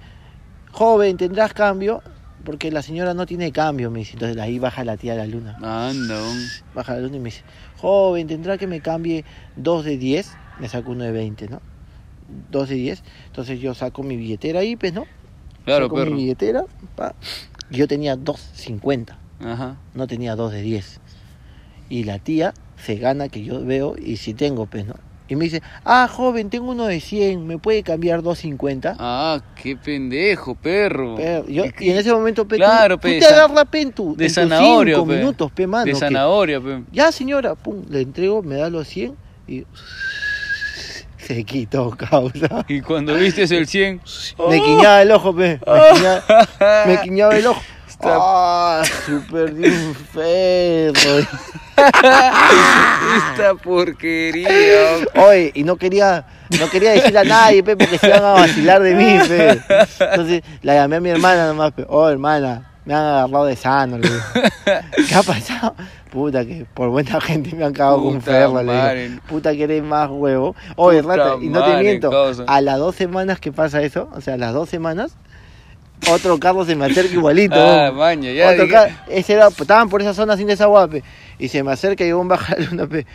Speaker 2: joven, ¿tendrás cambio? Porque la señora no tiene cambio, me dice. Entonces ahí baja la tía la luna.
Speaker 1: Anda, un-
Speaker 2: baja la luna y me dice, joven, tendrá que me cambie dos de 10, me saco uno de 20, ¿no? Dos de 10, entonces yo saco mi billetera ahí, pues, ¿no?
Speaker 1: Claro,
Speaker 2: saco
Speaker 1: perro.
Speaker 2: mi billetera, pa. yo tenía 2.50,
Speaker 1: Ajá.
Speaker 2: no tenía dos de 10. Y la tía se gana que yo veo y si tengo, pues, ¿no? Y me dice, ah, joven, tengo uno de 100, ¿me puede cambiar 2.50?
Speaker 1: Ah, qué pendejo, perro.
Speaker 2: Pero yo- y en ese momento, pe, tú-
Speaker 1: Claro,
Speaker 2: tú,
Speaker 1: pe,
Speaker 2: te
Speaker 1: san-
Speaker 2: agarras, pe, en tu,
Speaker 1: de
Speaker 2: en tus
Speaker 1: zanahoria,
Speaker 2: cinco
Speaker 1: pe.
Speaker 2: minutos, pe, mano,
Speaker 1: de
Speaker 2: que-
Speaker 1: zanahoria, pe.
Speaker 2: Ya, señora, pum, le entrego, me da los 100 y. Se quitó, causa.
Speaker 1: Y cuando viste el 100,
Speaker 2: Me quiñaba el ojo, pe. Me quiñaba, me quiñaba el ojo.
Speaker 1: Está-
Speaker 2: ¡Ah! Super de un perro. Ah.
Speaker 1: esta porquería.
Speaker 2: Oye, y no quería, no quería decirle a nadie, pe, porque se iban a vacilar de mí, pe. Entonces la llamé a mi hermana nomás, pe. Oh, hermana, me han agarrado de sano, le digo. ¿Qué ha pasado? Puta, que por buena gente me han cagado con
Speaker 1: Puta
Speaker 2: ferro, le
Speaker 1: madre.
Speaker 2: digo. Puta, que eres más huevo. Oye,
Speaker 1: Puta
Speaker 2: rata, y no te
Speaker 1: madre,
Speaker 2: miento,
Speaker 1: causa.
Speaker 2: a las dos semanas que pasa eso, o sea, a las dos semanas, otro carro se me acerca igualito.
Speaker 1: Ah,
Speaker 2: weón.
Speaker 1: maña, ya.
Speaker 2: Otro
Speaker 1: dije-
Speaker 2: ca- ese era- estaban por esa zona sin desaguape. Y se me acerca y un baja una pe.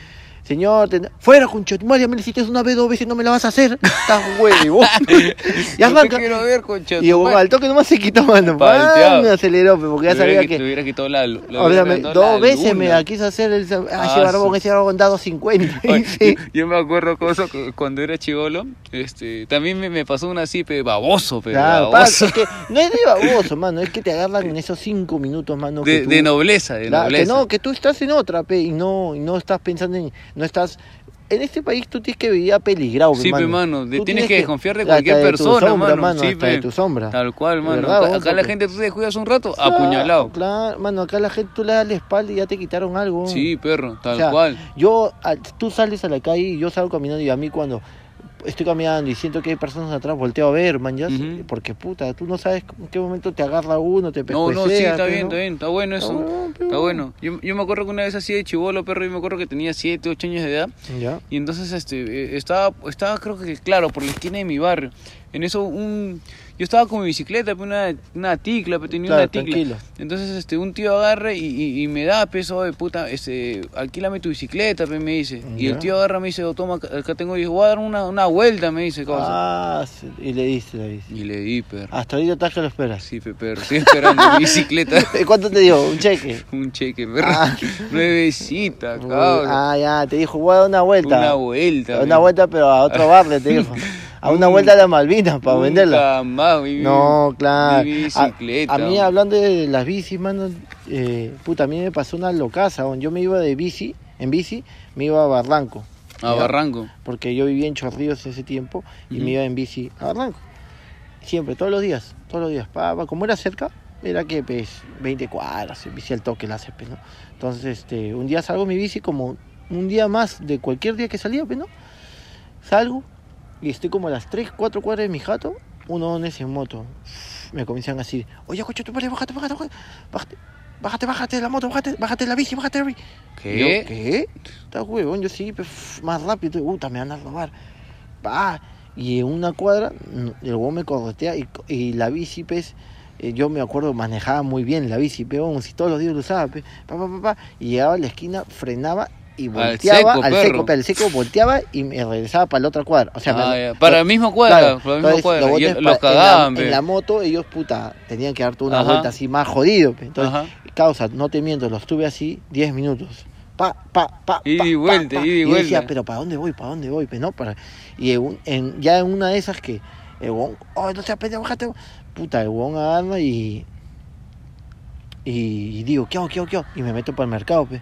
Speaker 2: Señor, ten- fuera con ya me lo hiciste una vez, dos veces, no me la vas a hacer. Estás huevo. y
Speaker 1: No te
Speaker 2: arranca.
Speaker 1: quiero ver, concha.
Speaker 2: Y weón, al toque nomás se quitó mano.
Speaker 1: Palteado.
Speaker 2: Ah, Me aceleró, pe, porque ya sabía
Speaker 1: Le
Speaker 2: que.
Speaker 1: hubiera quitado la. le hubiera
Speaker 2: o sea, me-
Speaker 1: quitado la
Speaker 2: dos veces me
Speaker 1: luna.
Speaker 2: la quiso hacer el. Ah,
Speaker 1: Ah,
Speaker 2: ese barbón,
Speaker 1: su-
Speaker 2: ese barbón da 250.
Speaker 1: Oye,
Speaker 2: Sí.
Speaker 1: yo, yo me acuerdo cosas que cuando era chivolo, este, también me, me pasó una así, pe, baboso, pe,
Speaker 2: Claro, pa,
Speaker 1: baboso.
Speaker 2: es que no es de baboso, mano, es que te agarran en esos cinco minutos, mano. que
Speaker 1: De,
Speaker 2: tú-
Speaker 1: de nobleza, de
Speaker 2: Claro, que
Speaker 1: nobleza.
Speaker 2: no, que tú estás en otra, pe, y no, y no estás pensando en, no estás, en este país tú tienes que vivir a peligrado,
Speaker 1: Sí, pe, mano,
Speaker 2: Tú
Speaker 1: de- tienes que desconfiar de cualquier
Speaker 2: hasta tu
Speaker 1: persona,
Speaker 2: sombra,
Speaker 1: mano, sí,
Speaker 2: hasta
Speaker 1: pe.
Speaker 2: de tu sombra.
Speaker 1: Tal cual, mano.
Speaker 2: ¿Verdad,
Speaker 1: acá
Speaker 2: vos, Ah,
Speaker 1: acá la
Speaker 2: pe?
Speaker 1: gente tú te cuidas un rato,
Speaker 2: Claro,
Speaker 1: apuñalado.
Speaker 2: Claro, mano, acá la gente tú le das la espalda y ya te quitaron algo.
Speaker 1: Sí, perro, tal
Speaker 2: O sea,
Speaker 1: cual.
Speaker 2: Yo, al- tú sales a la calle y yo salgo caminando y a mí cuando estoy caminando y siento que hay personas atrás, volteo a ver, man, ya,
Speaker 1: Ujú.
Speaker 2: porque puta, tú no sabes en qué momento te agarra uno, te
Speaker 1: No,
Speaker 2: pescuecea.
Speaker 1: no, sí, está bien,
Speaker 2: pe, pues ¿no?
Speaker 1: está bien, está bueno
Speaker 2: Está
Speaker 1: eso.
Speaker 2: bueno, pe,
Speaker 1: Está
Speaker 2: bueno.
Speaker 1: bueno. Yo, yo me acuerdo que una vez así de chivolo, perro, yo me acuerdo que tenía 7, 8 años de edad.
Speaker 2: Ya.
Speaker 1: Y entonces este eh, estaba, estaba creo que claro, por la esquina de mi barrio. En eso un yo estaba con mi bicicleta, pe, una, una ticla, pero tenía
Speaker 2: Claro,
Speaker 1: una ticla.
Speaker 2: tranquilo.
Speaker 1: Entonces este un tío agarra y, y- y me da peso de puta, este, alquílame tu bicicleta, pe, me dice. Y
Speaker 2: Ya.
Speaker 1: el tío agarra me dice, "Oh, toma, acá acá tengo, y yo, voy a dar una, una vuelta, me dice, causa.
Speaker 2: Ah, sí, y le diste, le diste.
Speaker 1: Y le di, perro.
Speaker 2: Hasta ahorita estás que lo esperas.
Speaker 1: Sí, pe, perro, estoy esperando mi bicicleta.
Speaker 2: ¿Y ¿Cuánto te dio? ¿Un cheque?
Speaker 1: Un cheque, perro.
Speaker 2: Ah.
Speaker 1: Nuevecita, causa.
Speaker 2: Ah, ya, te dijo, voy a dar una vuelta.
Speaker 1: Una vuelta.
Speaker 2: A una
Speaker 1: pe.
Speaker 2: vuelta, pero a otro barrio, te dijo. A una vuelta a la Malvinas para
Speaker 1: Nunca
Speaker 2: venderla.
Speaker 1: más vi-
Speaker 2: No, claro.
Speaker 1: vi
Speaker 2: A-
Speaker 1: bicicleta.
Speaker 2: A, mí, hablando de las bicis, mano, eh, puta, a mí me pasó una locaza. weón. Yo me iba de bici, en bici, me iba a Barranco.
Speaker 1: A
Speaker 2: Ya.
Speaker 1: Barranco.
Speaker 2: porque yo vivía en Chorrillos ese tiempo y
Speaker 1: Ujú.
Speaker 2: me iba en bici a Barranco. Siempre, todos los días, todos los días. Pa, pa, como era cerca, era que pues 20 cuadras, en bici al toque la haces, pues, ¿no? Entonces, este, un día salgo en mi bici como un día más de cualquier día que salía, pues, ¿no? Salgo y estoy como a las 3, 4 cuadras de mi jato, uno en ese moto. Me comienzan a decir, oye, coche, tú pares, bájate, bájate, bájate. bájate. bájate, bájate de la moto, bájate, bájate de la bici, bájate de la bici. Y yo,
Speaker 1: ¿Qué?
Speaker 2: ¿Qué? Está huevón, yo sí, pues, f- más rápido, puta, me van a robar. Pa. Y en una cuadra, n- el huevón me corretea y, co- y la bici, pues, eh, yo me acuerdo, manejaba muy bien la bici, peón, si todos los días lo usaba, pe, pa, pa, pa, pa, y llegaba a la esquina, frenaba y volteaba
Speaker 1: seco,
Speaker 2: al
Speaker 1: perro.
Speaker 2: seco, pe, al seco volteaba y me regresaba para la otra cuadra. O sea, me-
Speaker 1: Ah, ya. Para
Speaker 2: lo-
Speaker 1: el mismo cuadra,
Speaker 2: Claro,
Speaker 1: para el mismo
Speaker 2: entonces,
Speaker 1: cuadra.
Speaker 2: los
Speaker 1: Y
Speaker 2: botes
Speaker 1: los
Speaker 2: pa- en la-
Speaker 1: cagaban,
Speaker 2: en,
Speaker 1: pe.
Speaker 2: la, moto ellos, puta, tenían que darte una
Speaker 1: Ajá.
Speaker 2: vuelta así más jodido. pe. Entonces,
Speaker 1: Ajá.
Speaker 2: causa, no te miento, los tuve así 10 minutos. Pa, pa, pa,
Speaker 1: Ida
Speaker 2: pa,
Speaker 1: y
Speaker 2: pa,
Speaker 1: vuelta,
Speaker 2: pa.
Speaker 1: ida y
Speaker 2: Y yo decía,
Speaker 1: vuelta.
Speaker 2: pero ¿para dónde voy? ¿Para dónde voy? Pe, no, para... Y en un- en- ya en una de esas que, el huevón, oh, no seas pendejo, bájate. Puta, el huevón agarra y, y, y digo, ¿qué hago, qué hago, qué hago? Y me meto para el mercado, pe.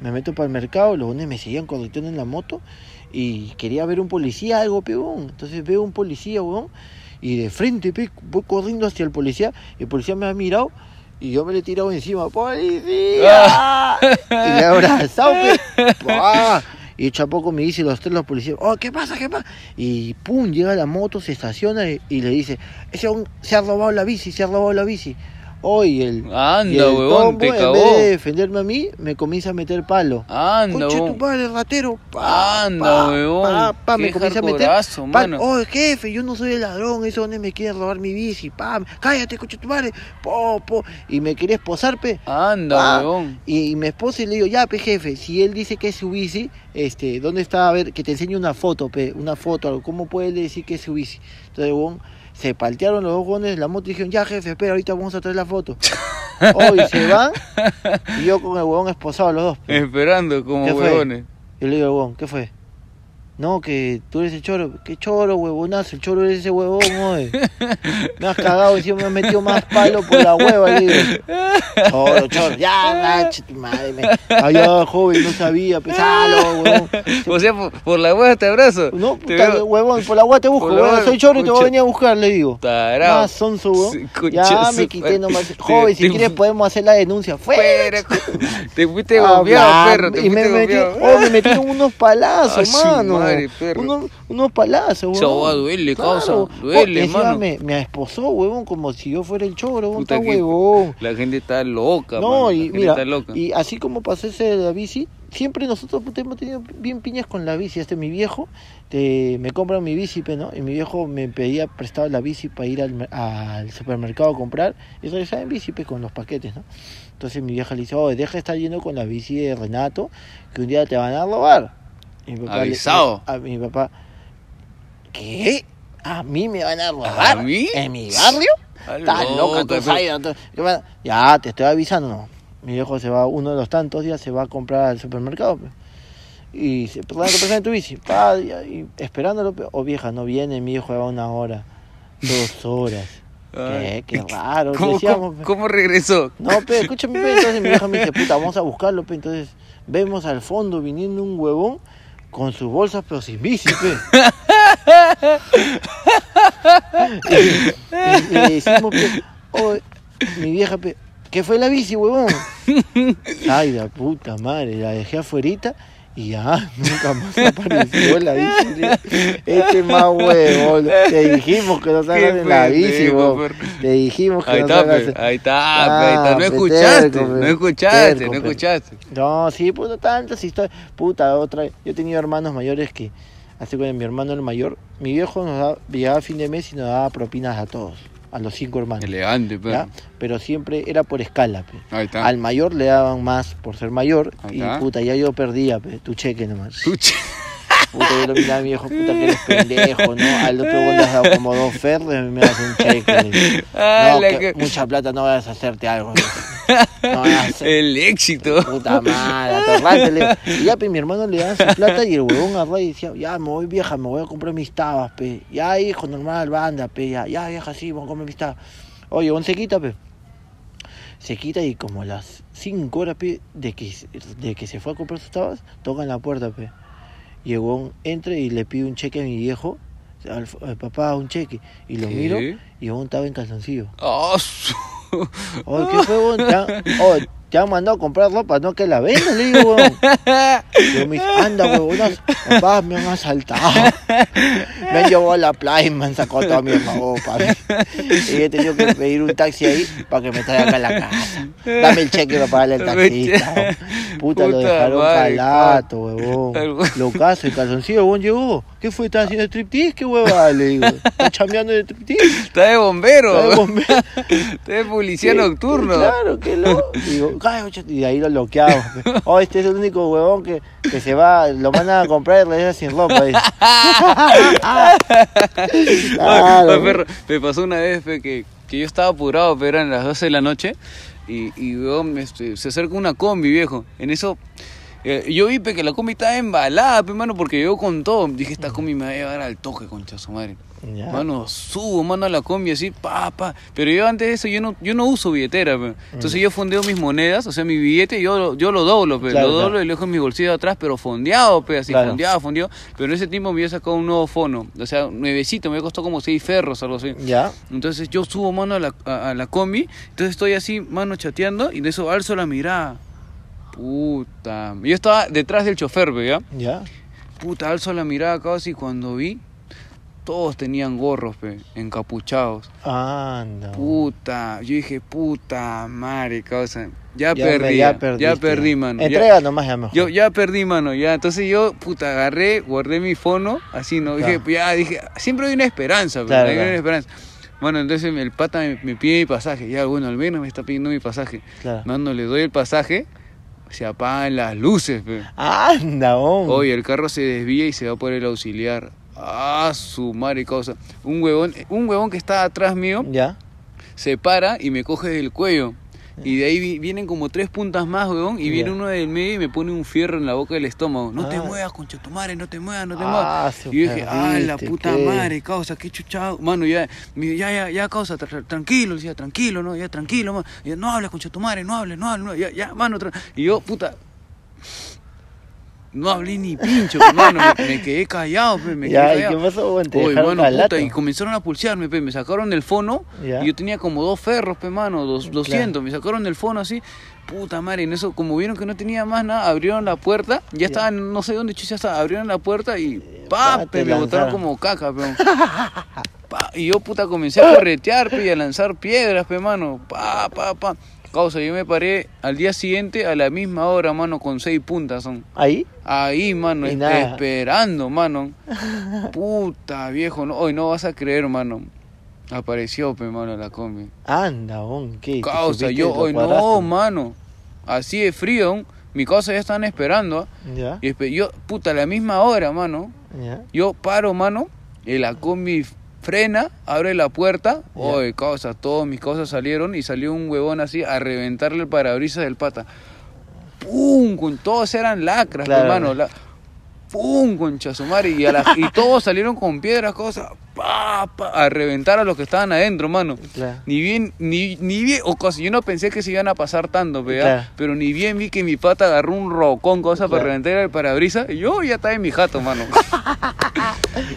Speaker 2: Me meto para el mercado, los huevones me seguían correteando en la moto y quería ver un policía, algo, pe, huevón. Entonces veo un policía, huevón, y de frente, pe, voy corriendo hacia el policía, y el policía me ha mirado y yo me le he tirado encima,
Speaker 1: Ah.
Speaker 2: ¡Policía! y le he abrazado, pe. ¡Ah! Y Chapoco me dice los tres, los policías, oh, ¿qué pasa? ¿Qué pasa? Y pum, llega la moto, se estaciona y, y le dice, ese hon- se ha robado la bici, se ha robado la bici. Oye, el, y
Speaker 1: Anda,
Speaker 2: el
Speaker 1: huevón, te
Speaker 2: tombo, En vez de
Speaker 1: cagó.
Speaker 2: defenderme a mí, me comienza a meter palo.
Speaker 1: Anda,
Speaker 2: Conche tu
Speaker 1: huevón.
Speaker 2: padre, ratero. Pa,
Speaker 1: Anda,
Speaker 2: pa,
Speaker 1: huevón.
Speaker 2: Pa, pa,
Speaker 1: Qué
Speaker 2: me comienza a meter.
Speaker 1: hardcoreazo,
Speaker 2: Pa,
Speaker 1: mano.
Speaker 2: oh, jefe, yo no soy el ladrón. Esos hombres me quieren robar mi bici. Pa, cállate, conche tu madre. Po, po. Y me quería esposar, pe.
Speaker 1: Anda,
Speaker 2: Pa. Ah.
Speaker 1: huevón.
Speaker 2: Y, y me esposa y le digo, ya, pe, jefe, si él dice que es su bici, este, ¿dónde está? A ver, que te enseñe una foto, pe, una foto, algo. ¿Cómo puede él decir que es su bici? Entonces, huevón, se paltearon los dos huevones de la moto y dijeron, ya, jefe, espera, ahorita vamos a traer la foto. Hoy se van y yo con el huevón esposado los dos. pe.
Speaker 1: Esperando como
Speaker 2: ¿Qué fue?
Speaker 1: huevones.
Speaker 2: Yo le digo, al huevón, ¿qué fue? No, que tú eres el choro. ¿Qué choro, huevonazo? El choro eres ese huevón, oye. Me has cagado, encima me has metido más palo por la hueva, le digo. Choro, choro. Ya, macho, tu madre. Me... Allá, joven, no sabía, pesalo, huevón.
Speaker 1: O sea, por, por la hueva te abrazo.
Speaker 2: No,
Speaker 1: te
Speaker 2: puta,
Speaker 1: veo
Speaker 2: huevón, por la hueva te busco,
Speaker 1: Por la
Speaker 2: huevón.
Speaker 1: hueva,
Speaker 2: Soy choro y te voy a
Speaker 1: pucha.
Speaker 2: venir a buscar, le digo.
Speaker 1: tarado.
Speaker 2: Más sonso, huevón.
Speaker 1: Sí, concha
Speaker 2: Ya
Speaker 1: su
Speaker 2: me quité
Speaker 1: madre.
Speaker 2: nomás.
Speaker 1: Te-
Speaker 2: Joven,
Speaker 1: te-
Speaker 2: si quieres podemos hacer la denuncia. Fuera,
Speaker 1: Fuera, co- Te fuiste
Speaker 2: Ah,
Speaker 1: bombeado,
Speaker 2: bla,
Speaker 1: perro. Te
Speaker 2: y me
Speaker 1: fuiste
Speaker 2: metieron,
Speaker 1: bombeado.
Speaker 2: oh, me metieron unos
Speaker 1: Ah,
Speaker 2: palazos,
Speaker 1: su
Speaker 2: mano.
Speaker 1: madre, perro.
Speaker 2: Unos, unos palazos,
Speaker 1: Esa
Speaker 2: huevón.
Speaker 1: hueá duele, causa,
Speaker 2: Oh,
Speaker 1: duele,
Speaker 2: encima
Speaker 1: mano.
Speaker 2: Me, me esposó, huevón, como si yo fuera el choro, huevón.
Speaker 1: Puta
Speaker 2: Está
Speaker 1: que-
Speaker 2: huevón.
Speaker 1: La gente está loca, mano,
Speaker 2: No,
Speaker 1: la
Speaker 2: y
Speaker 1: gente
Speaker 2: mira,
Speaker 1: está loca.
Speaker 2: y así como pasé ese de la bici, siempre nosotros puta, hemos tenido bien piñas con la bici. Este, mi viejo, te, me compran mi bici, pe, ¿no? Y mi viejo me pedía prestado la bici para ir al, mer- al supermercado a comprar y regresaba en bici, pe, con los paquetes, ¿no? Entonces mi vieja le dice, oh, deja de estar yendo con la bici de Renato, que un día te van a robar. Y mi papá le-
Speaker 1: Avisado.
Speaker 2: a mi papá, ¿qué? ¿A mí me van a
Speaker 1: ¿A
Speaker 2: robar?
Speaker 1: mí?
Speaker 2: ¿En mi barrio? Estás loca, tú,
Speaker 1: perro.
Speaker 2: Jairo, tú. ¿Qué pasa? Ya, te estoy avisando. no. Mi viejo se va, uno de los tantos días, se va a comprar al supermercado. pe. Y se perdona que pasa en tu bici. Pa, y, y esperándolo, pe. o vieja, no viene, mi hijo va una hora, dos horas.
Speaker 1: Ay.
Speaker 2: Qué, qué raro,
Speaker 1: ¿Cómo,
Speaker 2: decíamos.
Speaker 1: cómo,
Speaker 2: pe.
Speaker 1: cómo regresó?
Speaker 2: No, pe, escúchame, pe. Entonces mi vieja me dice, puta, vamos a buscarlo, pe. Entonces vemos al fondo viniendo un huevón con sus bolsas, pero sin bici, pe. Y le decimos, pe, "Oye, mi vieja, pe, ¿qué fue la bici, huevón? Ay, la puta madre, la dejé afuerita y ya, nunca más apareció la bici. le- Este más huevón, te dijimos que no salgas
Speaker 1: Qué
Speaker 2: en la bici,
Speaker 1: pendejo,
Speaker 2: huevón.
Speaker 1: perro.
Speaker 2: Te dijimos que
Speaker 1: Ahí
Speaker 2: no
Speaker 1: está,
Speaker 2: salgas.
Speaker 1: pe, ahí está, pe, ahí está.
Speaker 2: Ah,
Speaker 1: No
Speaker 2: pe,
Speaker 1: escuchaste,
Speaker 2: terco, pe,
Speaker 1: no escuchaste,
Speaker 2: terco, pues.
Speaker 1: no
Speaker 2: pe.
Speaker 1: escuchaste.
Speaker 2: No, sí, puta, tantas historias. Puta, otra. Yo he tenido hermanos mayores que, así con mi hermano el mayor, mi viejo nos daba, llegaba a fin de mes y nos daba propinas a todos, a los cinco hermanos.
Speaker 1: Elegante,
Speaker 2: ¿ya?
Speaker 1: perro.
Speaker 2: Pero siempre era por escala. pe.
Speaker 1: Ahí Ah, está.
Speaker 2: Al mayor le daban más por ser mayor
Speaker 1: Ahí
Speaker 2: y
Speaker 1: está.
Speaker 2: puta, ya yo perdía pe, tu cheque nomás.
Speaker 1: Chucha.
Speaker 2: Puta, yo lo miraba a mi viejo, puta, que eres pendejo, ¿no? Al otro güey le has dado como dos ferres y me das un cheque. le digo.
Speaker 1: Ah,
Speaker 2: No,
Speaker 1: la
Speaker 2: que
Speaker 1: que-
Speaker 2: mucha plata, no vayas a hacerte algo. No vayas a hacer-
Speaker 1: El éxito.
Speaker 2: Puta madre, aterrante, le digo. Y ya, pe, mi hermano le daban su plata y el huevón agarraba y decía, ya, me voy vieja, me voy a comprar mis tabas, pe. Ya, hijo, normal, banda, pe, ya, ya, vieja, sí, voy a comprar mis tabas. Oye, un se quita, pe. Se quita y como a las 5 horas, pe, de que, de que se fue a comprar sus tabas, tocan la puerta, pe. Y el huevón entra y le pide un cheque a mi viejo, al, al papá, un cheque. Y lo
Speaker 1: ¿Qué?
Speaker 2: miro y el huevón estaba en calzoncillo.
Speaker 1: Oh, su-
Speaker 2: Oye, ¿qué fue, huevón? Ya, oye, te han mandado a comprar ropa, no que la vendas, le digo, weón. Yo me dice, anda, weón, unos papás me han asaltado. Me han llevado a la playa y me han sacado toda mi ropa. Y he tenido que pedir un taxi ahí para que me traiga acá a la casa. Dame el cheque para pagarle el taxista. weón. Puta, lo
Speaker 1: Puta
Speaker 2: dejaron
Speaker 1: madre,
Speaker 2: palato, weón.
Speaker 1: Tal-
Speaker 2: Lo caso, el calzoncillo, weón, llegó. ¿Qué fue? ¿Estás haciendo striptease? ¿Qué hueva? Le digo, ¿estás chambeando de striptease?
Speaker 1: Está de bombero.
Speaker 2: ¿Estás de bombero?
Speaker 1: Está de policía
Speaker 2: Sí,
Speaker 1: nocturno.
Speaker 2: Claro, qué loco. Y digo, "Ay, ocho", y de ahí lo bloqueamos. Oh, este es el único huevón que, que se va, lo mandan a comprar y regresa sin ropa. dice.
Speaker 1: Ah,
Speaker 2: Claro.
Speaker 1: perro, me pasó una vez pe, que, que yo estaba apurado, pero eran las 12 de la noche. Y, y weón, este, se acerca una combi, viejo. En eso, eh, yo vi pe, que la combi estaba embalada, pe, mano, porque llegó con todo. Dije, esta combi me va a llevar al toque, concha su madre.
Speaker 2: Ya.
Speaker 1: Mano, subo, mano, a la combi así, pa, pa. Pero yo antes de eso, yo no, yo no uso billetera, pe. Entonces
Speaker 2: Mm.
Speaker 1: yo fondeo mis monedas, o sea, mi billete, yo, lo- yo lo doblo, pe.
Speaker 2: Claro,
Speaker 1: lo doblo
Speaker 2: claro.
Speaker 1: y lo dejo en mi bolsillo de atrás, pero fondeado, pe, así,
Speaker 2: Claro.
Speaker 1: fondeado, fondeado. Pero en ese tiempo me había sacado un nuevo fono, o sea, nuevecito, me costó como seis ferros, algo así.
Speaker 2: Ya.
Speaker 1: Entonces yo subo, mano, a la, a, a la combi, entonces estoy así, mano, chateando, y de eso alzo la mirada. Puta. Yo estaba detrás del chofer, pe, ¿ya?
Speaker 2: Ya.
Speaker 1: Puta, alzo la mirada casi cuando vi, todos tenían gorros, pe, encapuchados.
Speaker 2: Ah. Anda.
Speaker 1: Puta, yo dije, puta madre, causa. Ya,
Speaker 2: Ya me-
Speaker 1: perdí,
Speaker 2: ya
Speaker 1: ya,
Speaker 2: perdiste.
Speaker 1: perdí, mano. ya-
Speaker 2: Entrega nomás ya mejor.
Speaker 1: yo ya perdí, mano, ya. Entonces yo, puta, agarré, guardé mi fono, así, ¿no? Dije,
Speaker 2: Claro.
Speaker 1: ya, dije, siempre hay una esperanza, pero
Speaker 2: Claro,
Speaker 1: hay
Speaker 2: claro.
Speaker 1: una esperanza. Bueno, entonces el pata me, me pide mi pasaje, ya, bueno, al menos me está pidiendo mi pasaje.
Speaker 2: Claro.
Speaker 1: Mano, le doy el pasaje, se apagan las luces, pe.
Speaker 2: Anda, hombre.
Speaker 1: Oye, el carro se desvía y se va por el auxiliar. Ah, su madre causa. Un huevón, un huevón que está atrás mío
Speaker 2: Ya.
Speaker 1: se para y me coge del cuello. Y de ahí vi- vienen como tres puntas más, huevón. Y viene
Speaker 2: Ya.
Speaker 1: uno del medio y me pone un fierro en la boca del estómago. No te
Speaker 2: Ah.
Speaker 1: muevas, concha tu madre, no te muevas, no te
Speaker 2: Ah,
Speaker 1: muevas.
Speaker 2: su
Speaker 1: Y yo dije, ah, la
Speaker 2: perdiste,
Speaker 1: puta
Speaker 2: ¿qué?
Speaker 1: madre, causa, qué chuchado. Mano, ya, me dijo, ya, ya, ya, causa, tra- tra- tranquilo, le decía, tranquilo, no, ya, tranquilo, mano. Y yo, no hables, concha tu madre, no hables, no hables, no, ya, ya, mano. tra- Y yo, puta. No hablé ni pincho, hermano. Me, me quedé callado, pe, me
Speaker 2: ya,
Speaker 1: quedé
Speaker 2: ¿y
Speaker 1: callado.
Speaker 2: qué pasó, weón? Te
Speaker 1: Oye,
Speaker 2: dejaron
Speaker 1: mano,
Speaker 2: calato.
Speaker 1: puta, y comenzaron a pulsearme, pe, me sacaron el fono
Speaker 2: Ya.
Speaker 1: y yo tenía como dos ferros, pe, mano, dos, 200, me sacaron el fono así, puta madre, en eso, como vieron que no tenía más nada, abrieron la puerta, ya estaban, no sé dónde chucha estaba, abrieron la puerta y pa,
Speaker 2: Eh, pa,
Speaker 1: pe,
Speaker 2: te
Speaker 1: me botaron
Speaker 2: lanzaron.
Speaker 1: como caca, pe. Pa, y yo, puta, comencé a corretear, pe, y a lanzar piedras, pe, mano, pa, pa, pa. Causa, yo me paré al día siguiente a la misma hora, mano, con seis puntas son.
Speaker 2: Ahí.
Speaker 1: Ahí, mano,
Speaker 2: Y
Speaker 1: esp-
Speaker 2: nada.
Speaker 1: esperando, mano. Puta, viejo, no, hoy no vas a creer, mano. Apareció, pe, mano, la combi.
Speaker 2: Anda, hombre. ¿Qué? ¿Te
Speaker 1: Causa,
Speaker 2: subiste y
Speaker 1: yo,
Speaker 2: lo
Speaker 1: hoy no,
Speaker 2: cuadraste?
Speaker 1: mano. Así de frío, aún. mi causa ya están esperando. ¿ah?
Speaker 2: Ya.
Speaker 1: Y espe- yo, puta, a la misma hora, mano.
Speaker 2: Ya.
Speaker 1: Yo paro, mano, y la combi frena, abre la puerta.
Speaker 2: Ya.
Speaker 1: Oye, causa, todas mis cosas salieron y salió un huevón así a reventarle el parabrisas del pata. ¡Pum! Con todos eran lacras,
Speaker 2: Claro.
Speaker 1: hermano. la- ¡Pum! Concha su madre, Y, a la- y todos salieron con piedras, cosas. Pa, pa, a reventar a los que estaban adentro, mano.
Speaker 2: Claro.
Speaker 1: Ni bien, ni, ni bien, o cosa, yo no pensé que se iban a pasar tanto, pe, ¿ah?
Speaker 2: Claro.
Speaker 1: pero ni bien vi que mi pata agarró un rocón, cosa para
Speaker 2: Claro.
Speaker 1: reventar el parabrisas, y yo ya estaba en mi jato, mano.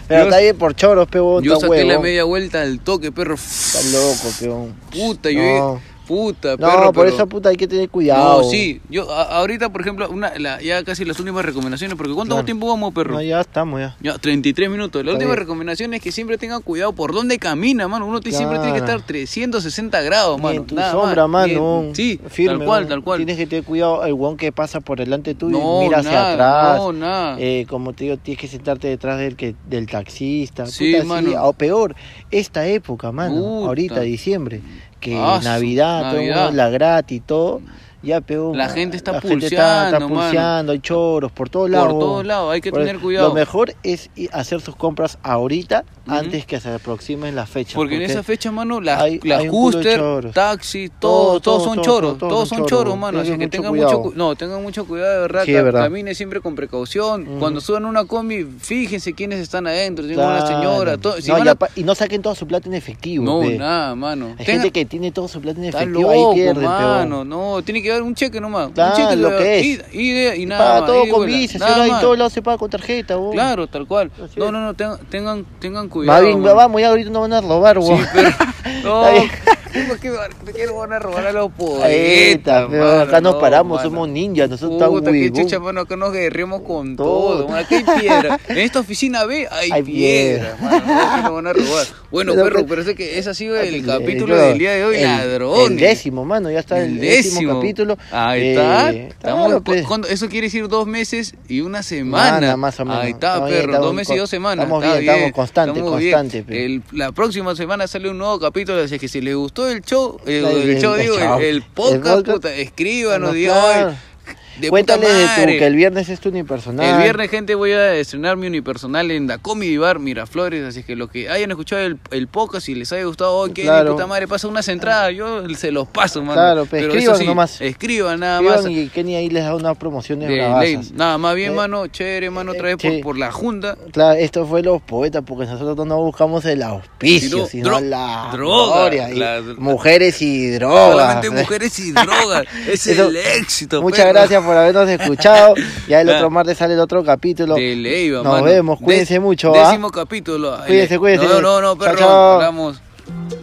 Speaker 2: Pero
Speaker 1: Yo-
Speaker 2: está bien por choros, pe, weón.
Speaker 1: Yo
Speaker 2: está
Speaker 1: saqué la
Speaker 2: huevón.
Speaker 1: media vuelta al toque, perro.
Speaker 2: Está loco, peón.
Speaker 1: Puta, yo
Speaker 2: No.
Speaker 1: puta,
Speaker 2: No,
Speaker 1: perro.
Speaker 2: por
Speaker 1: pero-
Speaker 2: eso, puta, hay que tener cuidado.
Speaker 1: No, sí. Yo a- ahorita, por ejemplo, una, la- ya casi las últimas recomendaciones, porque ¿cuánto
Speaker 2: Claro.
Speaker 1: tiempo vamos, perro?
Speaker 2: No, ya estamos, ya.
Speaker 1: Ya, 33 minutos. La
Speaker 2: Está
Speaker 1: última
Speaker 2: bien.
Speaker 1: recomendación es que siempre tengan cuidado por dónde camina, mano. Uno te- siempre tiene que
Speaker 2: Claro.
Speaker 1: estar 360 grados,
Speaker 2: Ni
Speaker 1: mano.
Speaker 2: en tu
Speaker 1: Nada
Speaker 2: sombra,
Speaker 1: más. Ni en-
Speaker 2: mano.
Speaker 1: Sí,
Speaker 2: Firme,
Speaker 1: tal cual,
Speaker 2: weón.
Speaker 1: tal cual.
Speaker 2: Tienes que tener cuidado el guan que pasa por delante tuyo
Speaker 1: No,
Speaker 2: y mira hacia
Speaker 1: nada,
Speaker 2: atrás.
Speaker 1: no, nada.
Speaker 2: Eh, como te digo, tienes que sentarte detrás del que del taxista.
Speaker 1: Sí,
Speaker 2: puta,
Speaker 1: mano.
Speaker 2: O peor, esta época, mano.
Speaker 1: Puta.
Speaker 2: Ahorita, diciembre. Que
Speaker 1: Ah, su-
Speaker 2: Navidad, todo el
Speaker 1: Navidad.
Speaker 2: mundo, la gratis y todo. Ya, peor.
Speaker 1: La gente está
Speaker 2: la gente está, está
Speaker 1: pulseando, mano.
Speaker 2: pulseando, hay choros por todos lados.
Speaker 1: Por todos lados, hay que
Speaker 2: Por
Speaker 1: tener
Speaker 2: eso,
Speaker 1: cuidado.
Speaker 2: Lo mejor es i- hacer sus compras ahorita,
Speaker 1: Ujú.
Speaker 2: antes que se aproximen las fechas.
Speaker 1: Porque en esa fecha, mano, las,
Speaker 2: hay-
Speaker 1: las
Speaker 2: hay un culo de
Speaker 1: Custer,
Speaker 2: choros.
Speaker 1: taxi,
Speaker 2: Todo,
Speaker 1: todo, todos
Speaker 2: todo,
Speaker 1: son
Speaker 2: todo,
Speaker 1: choros,
Speaker 2: todo,
Speaker 1: todos son choros, mano. Así
Speaker 2: Tengan
Speaker 1: que
Speaker 2: mucho
Speaker 1: tengan
Speaker 2: cuidado.
Speaker 1: mucho, cu- no, tengan mucho cuidado, de verdad.
Speaker 2: Sí, es
Speaker 1: ca-
Speaker 2: verdad.
Speaker 1: Caminen siempre con precaución.
Speaker 2: Ujú.
Speaker 1: Cuando suban a una combi, fíjense quiénes están adentro. Si
Speaker 2: Claro.
Speaker 1: una señora, todo. Si
Speaker 2: no,
Speaker 1: van
Speaker 2: y,
Speaker 1: a-
Speaker 2: apa- y no saquen toda su plata en efectivo.
Speaker 1: no
Speaker 2: pe.
Speaker 1: nada, mano.
Speaker 2: Hay
Speaker 1: Tengan-
Speaker 2: gente que tiene todo su plata en
Speaker 1: Está
Speaker 2: efectivo,
Speaker 1: loco,
Speaker 2: ahí pierden,
Speaker 1: mano.
Speaker 2: mano.
Speaker 1: No, tiene que haber un cheque nomás.
Speaker 2: Claro,
Speaker 1: un cheque
Speaker 2: lo
Speaker 1: de-
Speaker 2: que es.
Speaker 1: Y, y de- y nada.
Speaker 2: paga
Speaker 1: más,
Speaker 2: todo
Speaker 1: y
Speaker 2: con
Speaker 1: vuela.
Speaker 2: Visa,
Speaker 1: Nada
Speaker 2: ahora en
Speaker 1: más.
Speaker 2: todos lados se paga con tarjeta, vos.
Speaker 1: Claro, tal cual.
Speaker 2: Así es.
Speaker 1: No, no, no, tengan, tengan, tengan
Speaker 2: Más
Speaker 1: cuidado.
Speaker 2: bien,
Speaker 1: mano.
Speaker 2: vamos, ya ahorita no van a robar,
Speaker 1: Sí,
Speaker 2: vos.
Speaker 1: pero-
Speaker 2: Está bien.
Speaker 1: No, ¿Por qué van- ¿Por qué lo van a robar a los
Speaker 2: Eita,
Speaker 1: poetas?
Speaker 2: feo,
Speaker 1: mano?
Speaker 2: acá nos
Speaker 1: No,
Speaker 2: paramos,
Speaker 1: mano.
Speaker 2: somos ninjas, nosotros tan
Speaker 1: Puta, qué
Speaker 2: huevón.
Speaker 1: chucha, mano, acá nos guerremos con
Speaker 2: Todo.
Speaker 1: todo. mano, Aquí hay piedra. En esta oficina B hay,
Speaker 2: Hay
Speaker 1: piedra,
Speaker 2: piedra.
Speaker 1: mano. ¿Cómo que nos van a robar? Bueno,
Speaker 2: Pero,
Speaker 1: perro,
Speaker 2: pero-
Speaker 1: pero ese que ese ha sido el,
Speaker 2: Eh,
Speaker 1: capítulo
Speaker 2: no,
Speaker 1: del día de hoy,
Speaker 2: el-
Speaker 1: ladrones.
Speaker 2: El décimo, mano, ya está el,
Speaker 1: El
Speaker 2: décimo, capítulo.
Speaker 1: Ahí
Speaker 2: Eh,
Speaker 1: está. Estamos,
Speaker 2: claro, pues.
Speaker 1: ¿cuándo? eso quiere decir dos meses y una semana.
Speaker 2: Semana, más o menos.
Speaker 1: Ahí está,
Speaker 2: Estamos bien,
Speaker 1: perro.
Speaker 2: estamos
Speaker 1: dos meses y dos
Speaker 2: con-
Speaker 1: semanas.
Speaker 2: estamos
Speaker 1: Está
Speaker 2: bien, estamos pues. constante,
Speaker 1: estamos bien.
Speaker 2: constante, pe.
Speaker 1: El- la próxima semana sale un nuevo capítulo. Así que si les gustó el show, eh,
Speaker 2: Está
Speaker 1: el,
Speaker 2: bien,
Speaker 1: show, digo,
Speaker 2: chao.
Speaker 1: el, el
Speaker 2: El
Speaker 1: podcast,
Speaker 2: podcast.
Speaker 1: puta, escríbanos,
Speaker 2: No,
Speaker 1: diga,
Speaker 2: claro.
Speaker 1: "Ay, de puta
Speaker 2: Cuéntale de tu,
Speaker 1: madre".
Speaker 2: que el viernes es tu unipersonal.
Speaker 1: El viernes, gente, voy a estrenar mi unipersonal en la Comedy Bar Miraflores. Así que los que hayan escuchado el, el podcast y les haya gustado, oh, qué
Speaker 2: Claro.
Speaker 1: de puta madre, pasa unas entradas. Yo se los paso, mano.
Speaker 2: Claro, pe,
Speaker 1: Pero
Speaker 2: escriban
Speaker 1: eso sí,
Speaker 2: nomás.
Speaker 1: Escriban nada
Speaker 2: Escriban
Speaker 1: más.
Speaker 2: y Kenny ahí les da unas promociones
Speaker 1: de ley.
Speaker 2: bravasas.
Speaker 1: Nada más bien,
Speaker 2: Eh,
Speaker 1: mano. Chévere, mano, otra vez por,
Speaker 2: sí.
Speaker 1: por la junta.
Speaker 2: Claro, esto fue los poetas, porque nosotros no buscamos el
Speaker 1: Si
Speaker 2: auspicio,
Speaker 1: no,
Speaker 2: sino
Speaker 1: dro-
Speaker 2: la
Speaker 1: droga,
Speaker 2: gloria y
Speaker 1: la-
Speaker 2: mujeres y drogas. eh.
Speaker 1: Solamente mujeres y drogas. Es
Speaker 2: Eso-
Speaker 1: el éxito.
Speaker 2: Muchas
Speaker 1: perro.
Speaker 2: gracias por habernos escuchado. Ya el
Speaker 1: Claro.
Speaker 2: otro martes sale el otro capítulo.
Speaker 1: De ley,
Speaker 2: Nos
Speaker 1: mano.
Speaker 2: vemos, cuídense
Speaker 1: Dé-
Speaker 2: mucho, ¿ah?
Speaker 1: Décimo capítulo.
Speaker 2: Cuídense, cuídense.
Speaker 1: No, no, no,
Speaker 2: Chao,
Speaker 1: perro.
Speaker 2: chao.
Speaker 1: Hablamos.